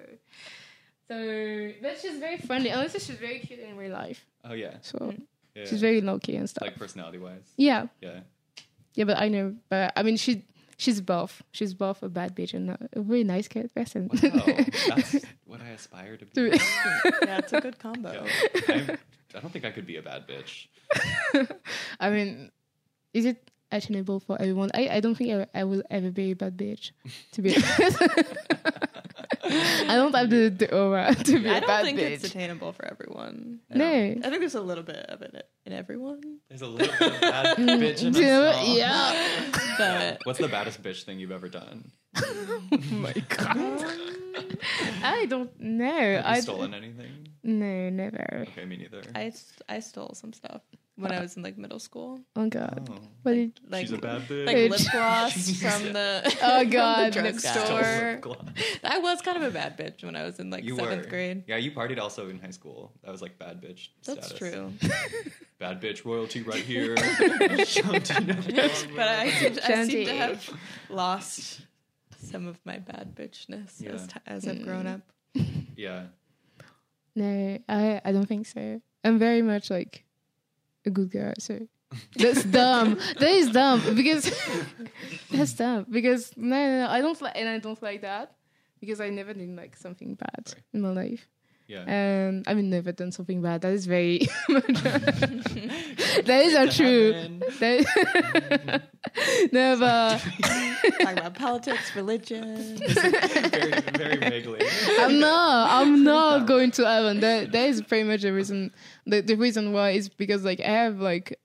D: so but she's very friendly. And also she's very cute in real life.
B: Oh yeah.
D: So
B: yeah.
D: she's very low key and stuff.
B: like personality wise.
D: yeah,
B: Yeah.
D: yeah, but I know, but I mean she. She's both. She's both a bad bitch and a really nice cat person.
B: Wow. That's what I aspire to be.
C: Yeah, it's a good combo.
B: Yeah, I, I don't think I could be a bad bitch.
D: I mean, is it attainable for everyone? I, I don't think I, I will ever be a bad bitch, to be honest. I don't have the, the aura to be a
C: I
D: bad
C: don't think
D: bitch.
C: it's attainable for everyone.
D: no.
C: I think there's a little bit of it in everyone,
B: There's a little bit of bad bitch in
D: Do you know
B: us
D: what?
B: all.
D: Yeah.
C: but
B: What's the baddest bitch thing you've ever done?
D: I don't know.
B: Have you
D: I
B: stolen anything?
D: No, never.
B: Okay, me neither.
C: I s- I stole some stuff when I was in like middle school,
D: Oh god.
B: Oh,
D: What did
C: like
B: she's a bad bitch.
C: like
D: Bitch.
C: lip gloss from the
D: Oh,
C: from the
D: God, lip
B: Stole
C: drugstore.
B: lip gloss.
C: I was kind of a bad bitch when I was in like
B: You
C: seventh
B: were.
C: grade.
B: Yeah, you partied also in high school. That was like bad bitch.
C: That's
B: status.
C: true,
B: Bad bitch royalty right here. Shantina.
C: but I seem, I seem
D: Shanti.
C: to have lost some of my bad bitchness as,
B: Yeah.
C: t- as I've grown up.
B: yeah.
D: No, I, I don't think so. I'm very much like a good girl, so that's dumb. That is dumb because that's dumb because no, no, no I don't like and I don't like that because I never did like something bad
B: Right.
D: in my life.
B: Yeah.
D: Um, I mean, never done something bad. That is very that is not true. That- no, but
C: Talking about politics, religion.
B: very, very vaguely.
D: I'm not. I'm not going to heaven. That that is pretty much the reason. The, the reason why is because like I have like,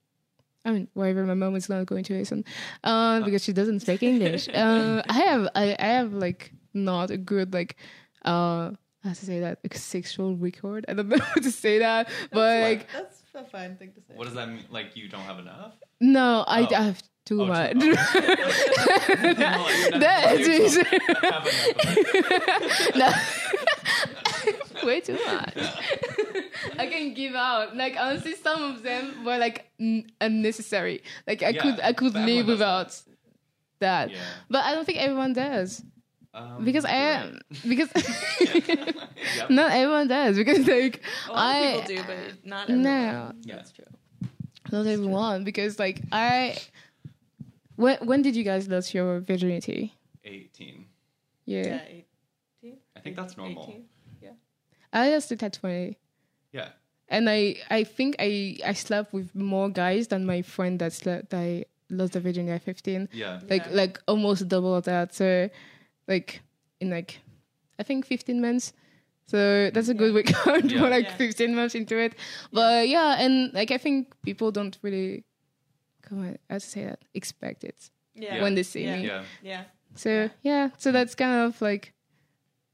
D: I mean, whatever. My mom is not going to listen, uh, because she doesn't speak English. Uh, I have I, I have like not a good like, uh, how to say that like, sexual record. I don't know how to say that, but like
C: That's a fine thing to say.
B: What does that mean? Like you don't have enough?
D: no, I,
B: Oh.
D: I have too
B: Oh, too-
D: much.
B: oh.
D: That is
B: Have enough of it.
D: no. Way too much. I can give out. Like honestly, some of them were like n- unnecessary. Like I
B: Yeah,
D: could I could
B: but
D: live
B: everyone
D: without that.
B: Yeah.
D: But I don't think everyone does
B: Um,
D: because I
B: you're
D: am because
B: right. Yep.
D: not everyone does because like
C: A lot
D: I
C: of people do, but not everyone.
D: no
B: Yeah.
C: That's true.
D: not everyone because like I when when did you guys lose your virginity?
B: 18.
D: Yeah,
C: Yeah, eight-
B: I think that's normal.
C: 18.
D: I lost it at twenty.
B: Yeah.
D: and I I think I I slept with more guys than my friend that slept that I lost the virginity at fifteen.
B: Yeah.
D: Like
C: Yeah.
D: like almost double of that. So like in like I think fifteen months. So that's a good record
B: Yeah.
D: for like
C: Yeah.
D: fifteen months into it. But yeah, and like I think people don't really come on, how to say that expect it
C: Yeah.
D: when they see
C: Yeah.
D: me.
B: Yeah.
C: yeah.
D: So yeah, so that's kind of like,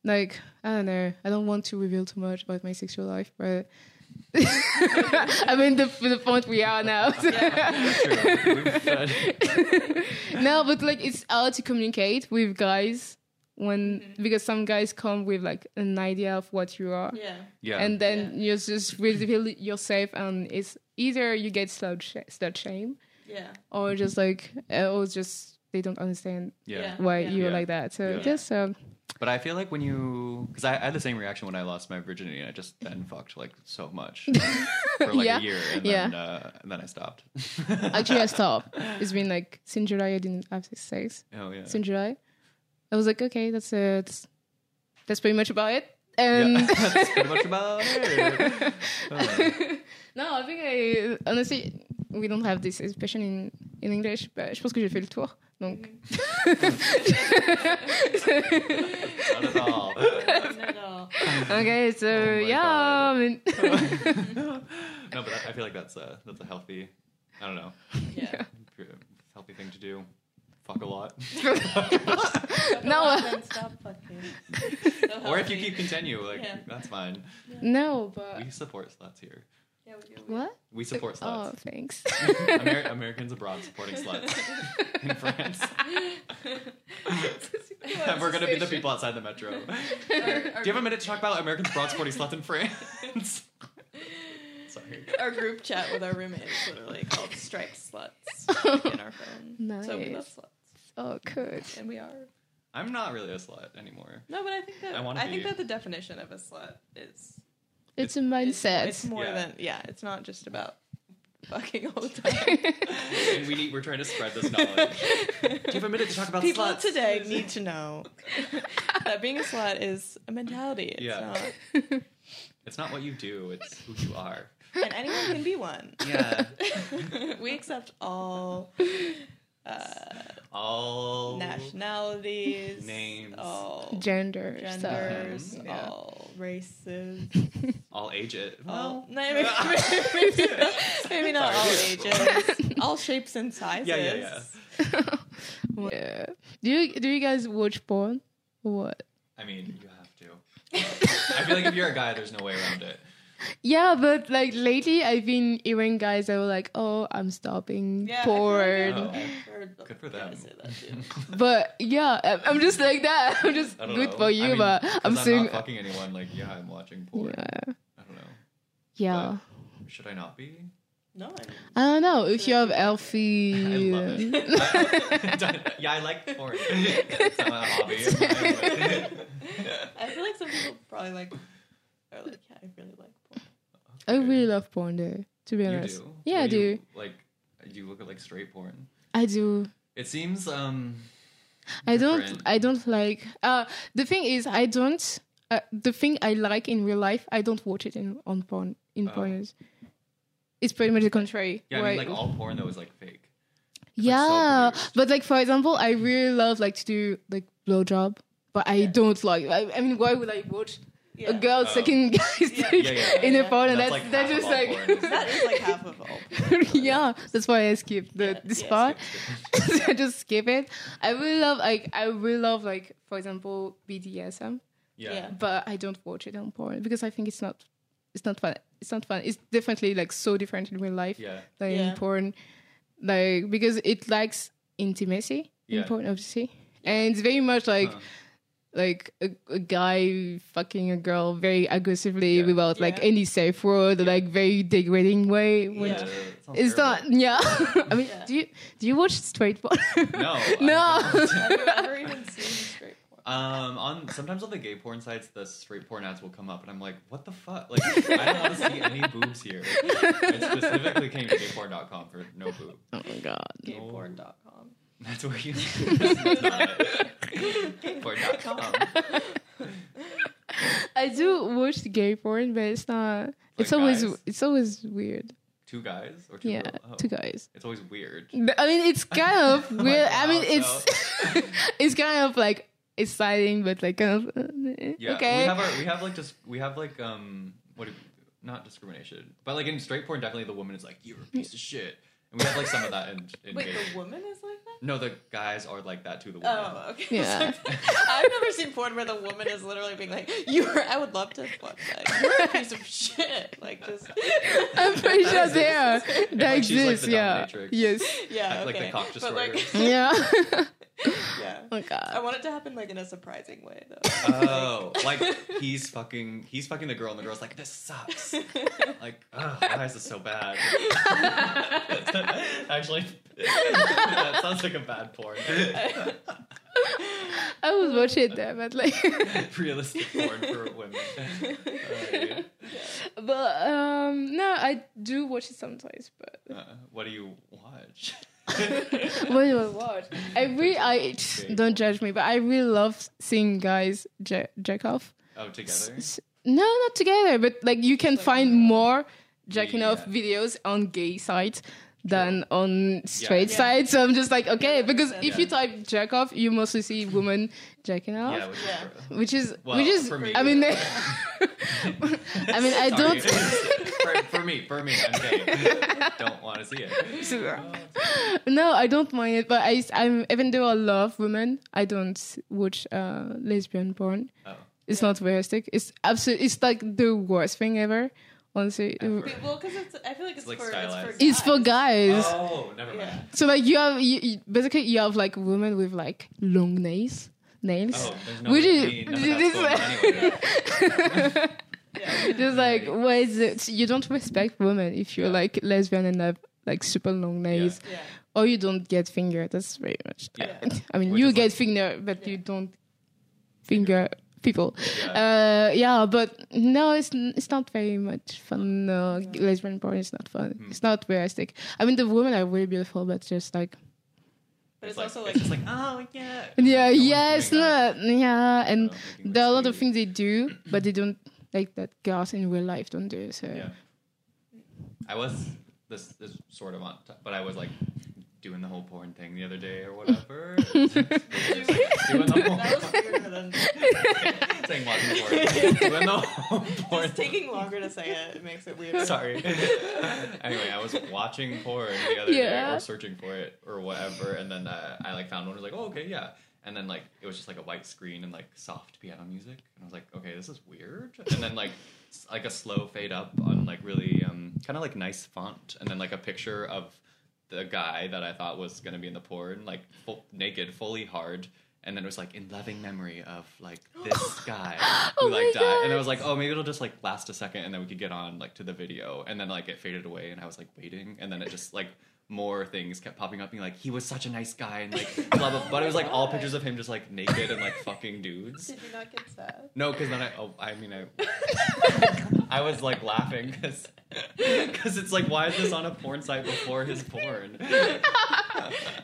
D: like I don't know. I don't want to reveal too much about my sexual life, but I mean the the point we are now.
B: True. We've said-
D: no, but like it's hard to communicate with guys when
B: Mm-hmm.
D: because some guys come with like an idea of what you are,
C: Yeah.
B: yeah.
D: and then you just reveal yourself, and it's either you get slut sh- slut shame
C: Yeah.
D: or just like uh, or just they don't understand
B: Yeah.
C: Yeah.
D: why you're
B: Uh-huh. Yeah.
D: like that. So
B: Yeah.
D: just um,
B: But I feel like when you, because I, I had the same reaction when I lost my virginity, and I just then fucked like so much for like
D: Yeah.
B: a year, and
D: Yeah.
B: then uh, and then I stopped.
D: actually I stopped. It's been like since July I didn't have sex.
B: oh yeah.
D: Since July, I was like, okay, that's uh, that's, that's pretty much about it. And
B: yeah. That's pretty much about it. Uh,
D: non, I think I honestly we don't have this expression in in English. But je pense que j'ai fait le tour. Donc
B: not at all.
D: okay, so
B: Oh my
D: yeah,
B: God.
D: I mean-
B: No, but that, I feel like that's a that's a healthy. I don't know.
C: Yeah.
B: Healthy thing to do. Fuck a lot.
D: No.
C: no. Then stop fucking. So
B: or if you
C: healthy.
B: keep continue, like
C: Yeah.
B: that's fine.
D: no, but
B: We support sluts here.
C: Yeah, we do.
D: what?
B: We support
D: Oh,
B: sluts.
D: thanks.
B: Amer- Americans abroad supporting sluts in France. And we're gonna be the people outside the metro. Do
C: Our, our,
B: you have a minute to talk about Americans abroad supporting sluts in France? Sorry.
C: our group chat with our roommates literally called "Strike Sluts" in our phone. So we love
D: nice.
C: sluts,
D: Oh, good.
C: and we are.
B: I'm not really a slut anymore.
C: No, but I think that
B: I wanna
C: I, think
B: be-
C: that the definition of a slut is
D: It's a
C: it's,
D: mindset.
C: it's more
B: Yeah.
C: than yeah. It's not just about fucking all the time.
B: And we need we're trying to spread this knowledge. Do you have a minute to talk about
C: people
B: sluts?
C: today need to know that being a slut is a mentality. It's
B: Yeah.
C: not,
B: It's not what you do, it's who you are.
C: and anyone can be one.
B: Yeah.
C: we accept all uh,
B: All
C: nationalities,
B: Names.
C: all
D: Gender. stuff.
C: genders,
B: Mhm. Yeah.
C: all races,
B: I'll age it.
C: all no, maybe, maybe not- maybe not all ages, all shapes and sizes.
B: yeah, yeah.
D: Oh, Yeah. Do you do you guys watch porn? Or What?
B: I mean, you have to. I feel like if you're a guy, there's no way around it.
D: Yeah, but like lately, I've been hearing guys that were like, "Oh, I'm stopping
C: Yeah, I feel
D: porn,"
C: like
B: porn.
C: I've heard
B: Oh. Good for them.
C: guys say that too.
D: but yeah, I- I'm just like that. I'm just
B: I don't
D: good
B: know.
D: for you,
B: I mean,
D: but
B: 'cause
D: I'm
B: not
D: saying,
B: fucking anyone. Like, yeah, I'm watching porn.
D: yeah,
B: I don't know.
D: yeah.
B: Should I not be?
C: No, I mean,
D: I don't know if
C: So
D: you have
C: that's
B: I
D: healthy.
B: love it. yeah, I like porn. it's not a hobby. of mine,
C: I feel like some people probably like are like, yeah, I really like porn.
D: I really love porn, though. To be
B: but- You
D: honest,
B: do?
D: yeah, I
B: What
D: do.
B: you- Like, you look at like straight porn.
D: I do.
B: It seems um
D: I don't.
B: Different.
D: I don't like. Uh, the thing is, I don't. Uh, the thing I like in real life, I don't watch it in on porn in
B: Oh.
D: porn. It's pretty much the contrary.
B: yeah, I
D: where
B: mean like all porn though is like fake.
D: Yeah,
B: produced.
D: but like for example, I really love like to do like blowjob, but I don't like. I, I mean, why would I watch
C: Yeah.
D: a girl
B: Oh.
D: sucking guys
C: Yeah.
D: dick
B: Yeah, yeah,
D: in
C: yeah.
D: a porn? And
B: That's,
D: that's
B: like,
D: that's
B: half
D: just
B: of all porn, isn't
D: like.
B: it?
C: That is like half of all. porn.
D: yeah, that's why I skipped the
C: Yeah,
D: this
C: yeah,
D: part. I just skip it. I really love like I really love like for example BDSM,
B: Yeah.
D: but I don't watch it on porn because I think it's not it's not fun. It's not fun. It's definitely like so different in real life
B: Yeah.
D: than
C: Yeah.
D: in porn, like because it lacks intimacy
B: Yeah.
D: in porn, obviously, and it's very much like
B: Huh.
D: like a, a guy fucking a girl very aggressively
B: Yeah.
D: without like
C: Yeah.
D: any safe word, like very degrading way.
B: Yeah,
D: Which
B: that sounds
D: is not
B: terrible.
D: yeah. I mean,
C: Yeah.
D: do you do you watch straight porn?
B: No.
D: no.
C: Have you ever even seen straight porn?
B: Um, on sometimes on the gay porn sites, the straight porn ads will come up, and I'm like, what the fuck? Like, I don't want to see any boobs here. I specifically came to gayporn.com for no boob.
D: Oh my god.
C: Gayporn.com.
B: That's where you. That's not it. Porn.com.
D: I do watch the gay porn, but it's not. it's
B: Like
D: always
B: guys?
D: it's always weird.
B: Two guys or two?
D: yeah,
B: girls? Oh.
D: two guys.
B: It's always weird.
D: But, I mean, it's kind of weird. I mean,
B: Oh God,
D: it's it's kind of like exciting, but like kind of uh,
B: Yeah.
D: okay.
B: We have our, we have like just we have like um what do not discrimination, but like in straight porn, definitely the woman is like you're a piece of shit, and we have like some of that in, in
C: Wait,
B: gay.
C: the woman is like that?
B: No, the guys are like that to the woman.
C: Oh, okay.
D: Yeah.
C: I've never seen porn where the woman is literally being like, "You're." I would love to fuck that. You're a piece of shit. Like just.
D: I'm pretty sure they are. That
B: she's, like,
D: exists.
B: the
D: yeah.
B: dominatrix.
D: Yes.
C: yeah.
B: Like the
C: okay.
B: cock
C: But like,
D: Yeah.
C: yeah.
D: Oh
C: I
D: god.
C: want it to happen like in a surprising way though.
B: Oh, like he's fucking he's fucking the girl, and the girl's like, "This sucks." like, oh, why is this so bad? Actually, that sounds like a bad porn.
D: I would watch it there, but like,
B: Realistic porn for women. Alright.
D: but um, no, I do watch it sometimes. But
B: Uh, what do you watch?
D: what do I watch? I really, I don't judge me, but I really love seeing guys ja- jack off.
B: Oh, together.
D: S- No, not together, but like you can find more jacking off
B: Yeah.
D: videos on gay sites than on straight
C: Yeah.
D: sites. So I'm just like,
C: that
D: okay, because
C: makes
B: sense.
D: if you type jack off, you mostly see women jacking off,
B: Yeah, which is
C: Yeah.
D: which is
B: Well,
D: which is.
B: for me-
D: I mean, I mean,
B: Sorry.
D: I don't.
B: for, for me, for me, I'm gay. Don't want to see it.
D: No, I don't mind it, but I, I'm even though I love women, I don't watch uh, lesbian porn.
B: Oh.
D: It's not realistic. It's absolutely. It's like the worst thing ever. Honestly,
B: Ever.
C: well, because it's I feel like it's,
B: Like
C: for
B: stylized.
D: it's for guys.
B: Oh, never mind.
C: Yeah.
D: So like you have you, you- basically you have like women with like long nails, nails.
B: Oh, there's no
D: Would
B: way
D: you-
B: to be- none of
D: did
B: that's
D: this-
B: going anywhere.
C: Yeah.
D: Just like what is it? You don't respect women if you're like lesbian and have like super long nails,
C: Yeah.
D: or you don't get finger. That's very much.
B: Yeah.
D: I mean,
B: Which
D: you
B: is
D: get
B: like-
D: finger, but you don't finger people.
B: Yeah.
D: Uh, yeah, but no, it's n- it's not very much fun. No,
B: Mm.
D: lesbian porn is not fun. It's not realistic. I mean, the women are really beautiful, but just like
C: But it's,
B: like-
C: also like,
B: it's just like, oh yeah.
D: yeah,
B: Like, no one's
D: yeah,
B: doing
D: it's
B: that.
D: not yeah, and
B: Oh, thinking
D: there are a lot
B: that's
D: of
B: weird.
D: things they do, but they don't like that girls in real life don't do. So
B: Yeah. I was this this sort of on, top, but I was like doing the whole porn thing the other day or whatever. doing
C: that
B: the
C: was weirder than
B: whole thing, watching porn, doing the whole porn.
C: just taking longer to say it. It makes it weirder.
B: Sorry. anyway, I was watching porn the other day
D: Yeah.
B: or searching for it or whatever, and then uh, I like found one. I was like, oh okay, yeah. And then like it was just like a white screen and like soft piano music, and I was like, okay, this is weird. And then like s- like a slow fade up on like really um, kind of like nice font, and then like a picture of the guy that I thought was gonna be in the porn, like full, naked, fully hard. And then it was like in loving memory of like this guy who
D: Oh my
B: like died, and I
D: God.
B: was like, oh, maybe it'll just like last a second, and then we could get on like to the video, and then like it faded away, and I was like waiting, and then it just like more things kept popping up, being like he was such a nice guy, and like blah blah. But it was like all pictures of him just like naked and like fucking dudes.
C: Did you not get sad?
B: No, because then I, oh, I mean, I, I was like laughing because, it's like, why is this on a porn site before his porn?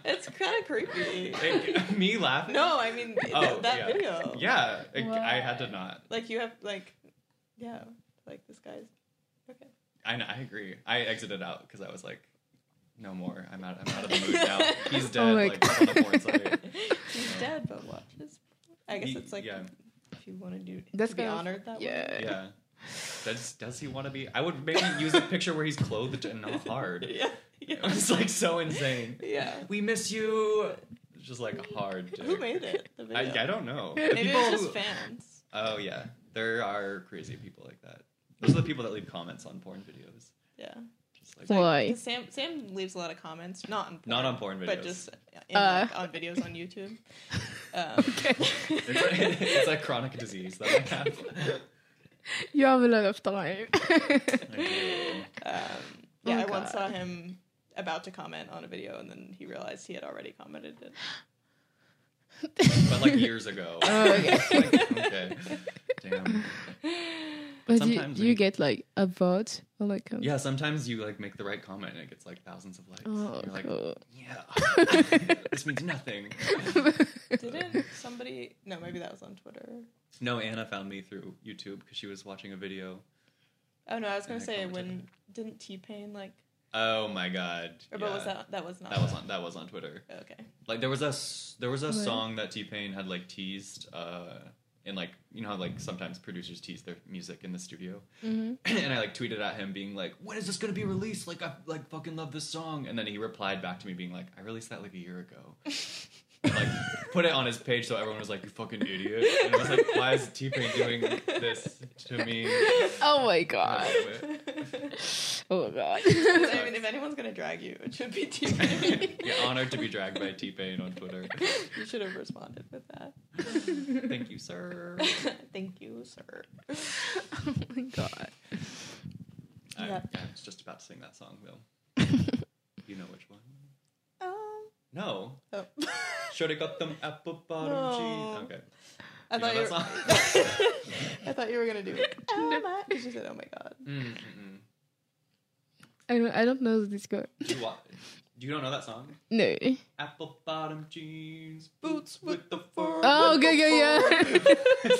C: It's kind of creepy.
B: It- me laughing?
C: No, I mean th-
B: Oh,
C: that
B: yeah.
C: video.
B: Yeah, it- I had to not.
C: Like you have like, yeah, like this guy's. Okay.
B: I, know, I agree. I exited out because I was like, no more. I'm out. I'm out of the mood now. He's dead.
D: Oh my
B: like it's on the porn site.
C: He's dead, but watches. I guess
B: He-
C: it's like
B: yeah.
C: if you want to do
D: That's
C: to be
D: kind of-
C: honored that way.
D: yeah.
B: Yeah. Does does he want to be? I would maybe use a picture where he's clothed and not hard.
C: Yeah.
B: It
C: Yeah.
B: was like so insane.
C: yeah.
B: We miss you. It's Just like hard.
C: Who
B: dick.
C: made it? The video.
B: I, I don't know. The
C: Maybe
B: people
C: it's just
B: who-
C: fans.
B: Oh yeah, there are crazy people like that. Those are the people that leave comments on porn videos.
C: Yeah.
B: Just like
D: why?
C: 'Cause Sam Sam leaves a lot of comments, not on porn,
B: Not on porn videos.
C: but just in,
D: Uh.
C: like, on videos on YouTube. Um,
B: it's, a, it's a chronic disease that I have.
D: You have a lot of time.
C: um, yeah,
D: Oh,
C: I once
D: God.
C: saw him about to comment on a video, and then he realized he had already commented it.
B: but like years ago.
D: Oh, okay.
B: It's like, okay. Damn.
D: but you,
B: sometimes
D: you
B: I-
D: get like a vote or like a,
B: Yeah, sometimes you like make the right comment and it gets like thousands of likes.
D: Oh,
B: You're like,
D: cool.
B: yeah, this means nothing.
C: Didn't somebody? No, maybe that was on Twitter.
B: No, Anna found me through YouTube because she was watching a video.
C: Oh no, I was gonna
B: And I
C: say
B: commented
C: when didn't T Pain like?
B: Oh my god.
C: Or but was
B: yeah.
C: that that was not
B: That was on that was on Twitter.
C: okay.
B: Like there was a s- there was a
D: Right.
B: song that T Pain had like teased, uh, and like you know how like sometimes producers tease their music in the studio, and I like tweeted at him being like, "When is this gonna be released? Like I like fucking love this song," and then he replied back to me being like, "I released that like a year ago," like put it on his page so everyone was like, "You fucking idiot!" And I was like, "Why is T Pain doing this to me?"
D: Oh my
B: I
D: god.
B: love it.
D: Oh my god.
C: I mean, if anyone's gonna drag you, it should be T-Pain.
B: Yeah, honored to be dragged by T Pain on Twitter.
C: you should have responded with that.
B: Thank you, sir.
C: Thank you, sir.
D: oh my god.
B: I,
C: Yep.
B: I was just about to sing that song though. you know which one?
C: Um,
B: No.
C: oh.
B: Should have got them apple bottom
C: No.
B: jeans. Okay.
C: I
B: You know
C: thought you
B: that
C: were.
B: song?
C: I thought you were gonna do. Oh my! You just said, "Oh my god."
B: Mm, mm,
D: I don't, I don't know this girl.
B: mm. You, wa- you don't know that song?
D: No.
B: Apple bottom jeans,
C: Boots with the fur.
D: Oh, okay, yeah, yeah.
B: That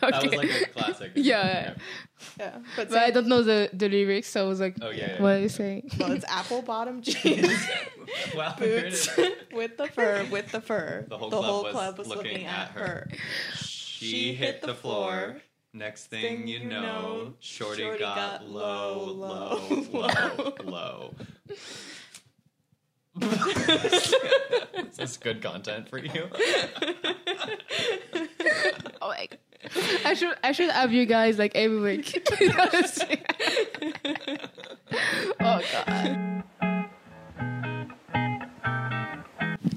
B: was
D: okay.
B: like a classic.
D: Yeah.
B: Okay.
C: Yeah, but,
D: But I
C: say-
D: don't know the, the lyrics, so I was like,
B: Oh, yeah, yeah,
D: what are
B: yeah.
D: you saying?
C: well, it's apple bottom jeans,
B: Wow, there it
C: boots
B: is.
C: with the fur, with the fur.
B: The whole club was looking at her. She hit the floor. Next thing you know, Shorty, got, low, low, low, low. Is this good content for you?
D: Oh my god. I should I should have you guys like every week. Honestly. oh god.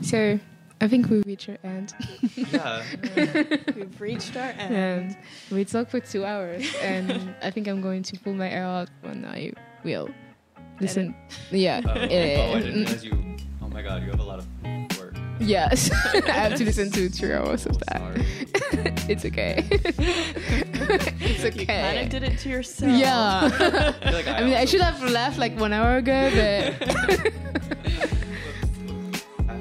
D: So I think we reach our end.
B: Yeah. uh, oh,
C: We've reached our end.
D: and we talked for two hours and I think I'm going to pull my hair out when I will. Listen. Yeah.
B: Um, Oh,
D: yeah,
B: I
D: yeah,
B: didn't realize you.
D: mm.
B: Oh my god, you have a lot of work.
D: Yes. I have to listen to two hours of
B: Oh,
D: that.
B: sorry.
D: It's okay. it's
C: You kind
D: okay.
C: of did it to yourself.
D: Yeah.
B: I, feel like
D: I mean, I
B: also-
D: should have left like one hour ago, but
B: I think I-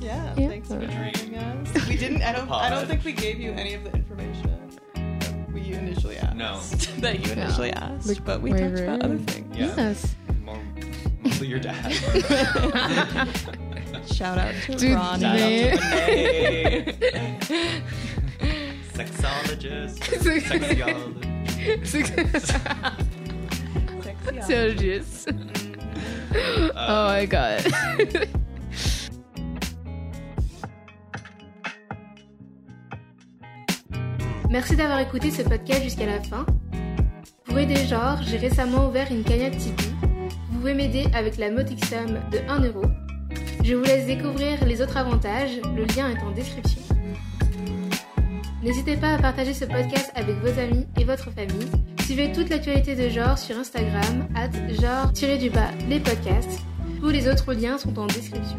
C: Yeah.
D: Yeah.
C: Thanks for
D: A
B: dream.
C: joining us. We didn't. I don't. I don't
B: Pod.
C: think we gave you any of the information that we initially asked.
B: No.
C: That you initially asked.
D: Look,
C: but we talked
D: we're-
C: about other things.
B: Yeah.
D: yes.
B: More, mostly your dad.
C: Shout out to
D: Dude,
C: Ron.
D: Shout out to
B: Sexologist.
D: Sex-
B: Sexiologist.
C: Sexy
D: so just.
B: uh,
D: Oh my god.
A: Merci d'avoir écouté ce podcast jusqu'à la fin. Pour aider Genre, j'ai récemment ouvert une cagnotte Tipeee. Vous pouvez m'aider avec la modique somme de 1 euro. Je vous laisse découvrir les autres avantages, le lien est en description. N'hésitez pas à partager ce podcast avec vos amis et votre famille. Suivez toute l'actualité de Genre sur Instagram, at genre-les podcasts. Tous les autres liens sont en description.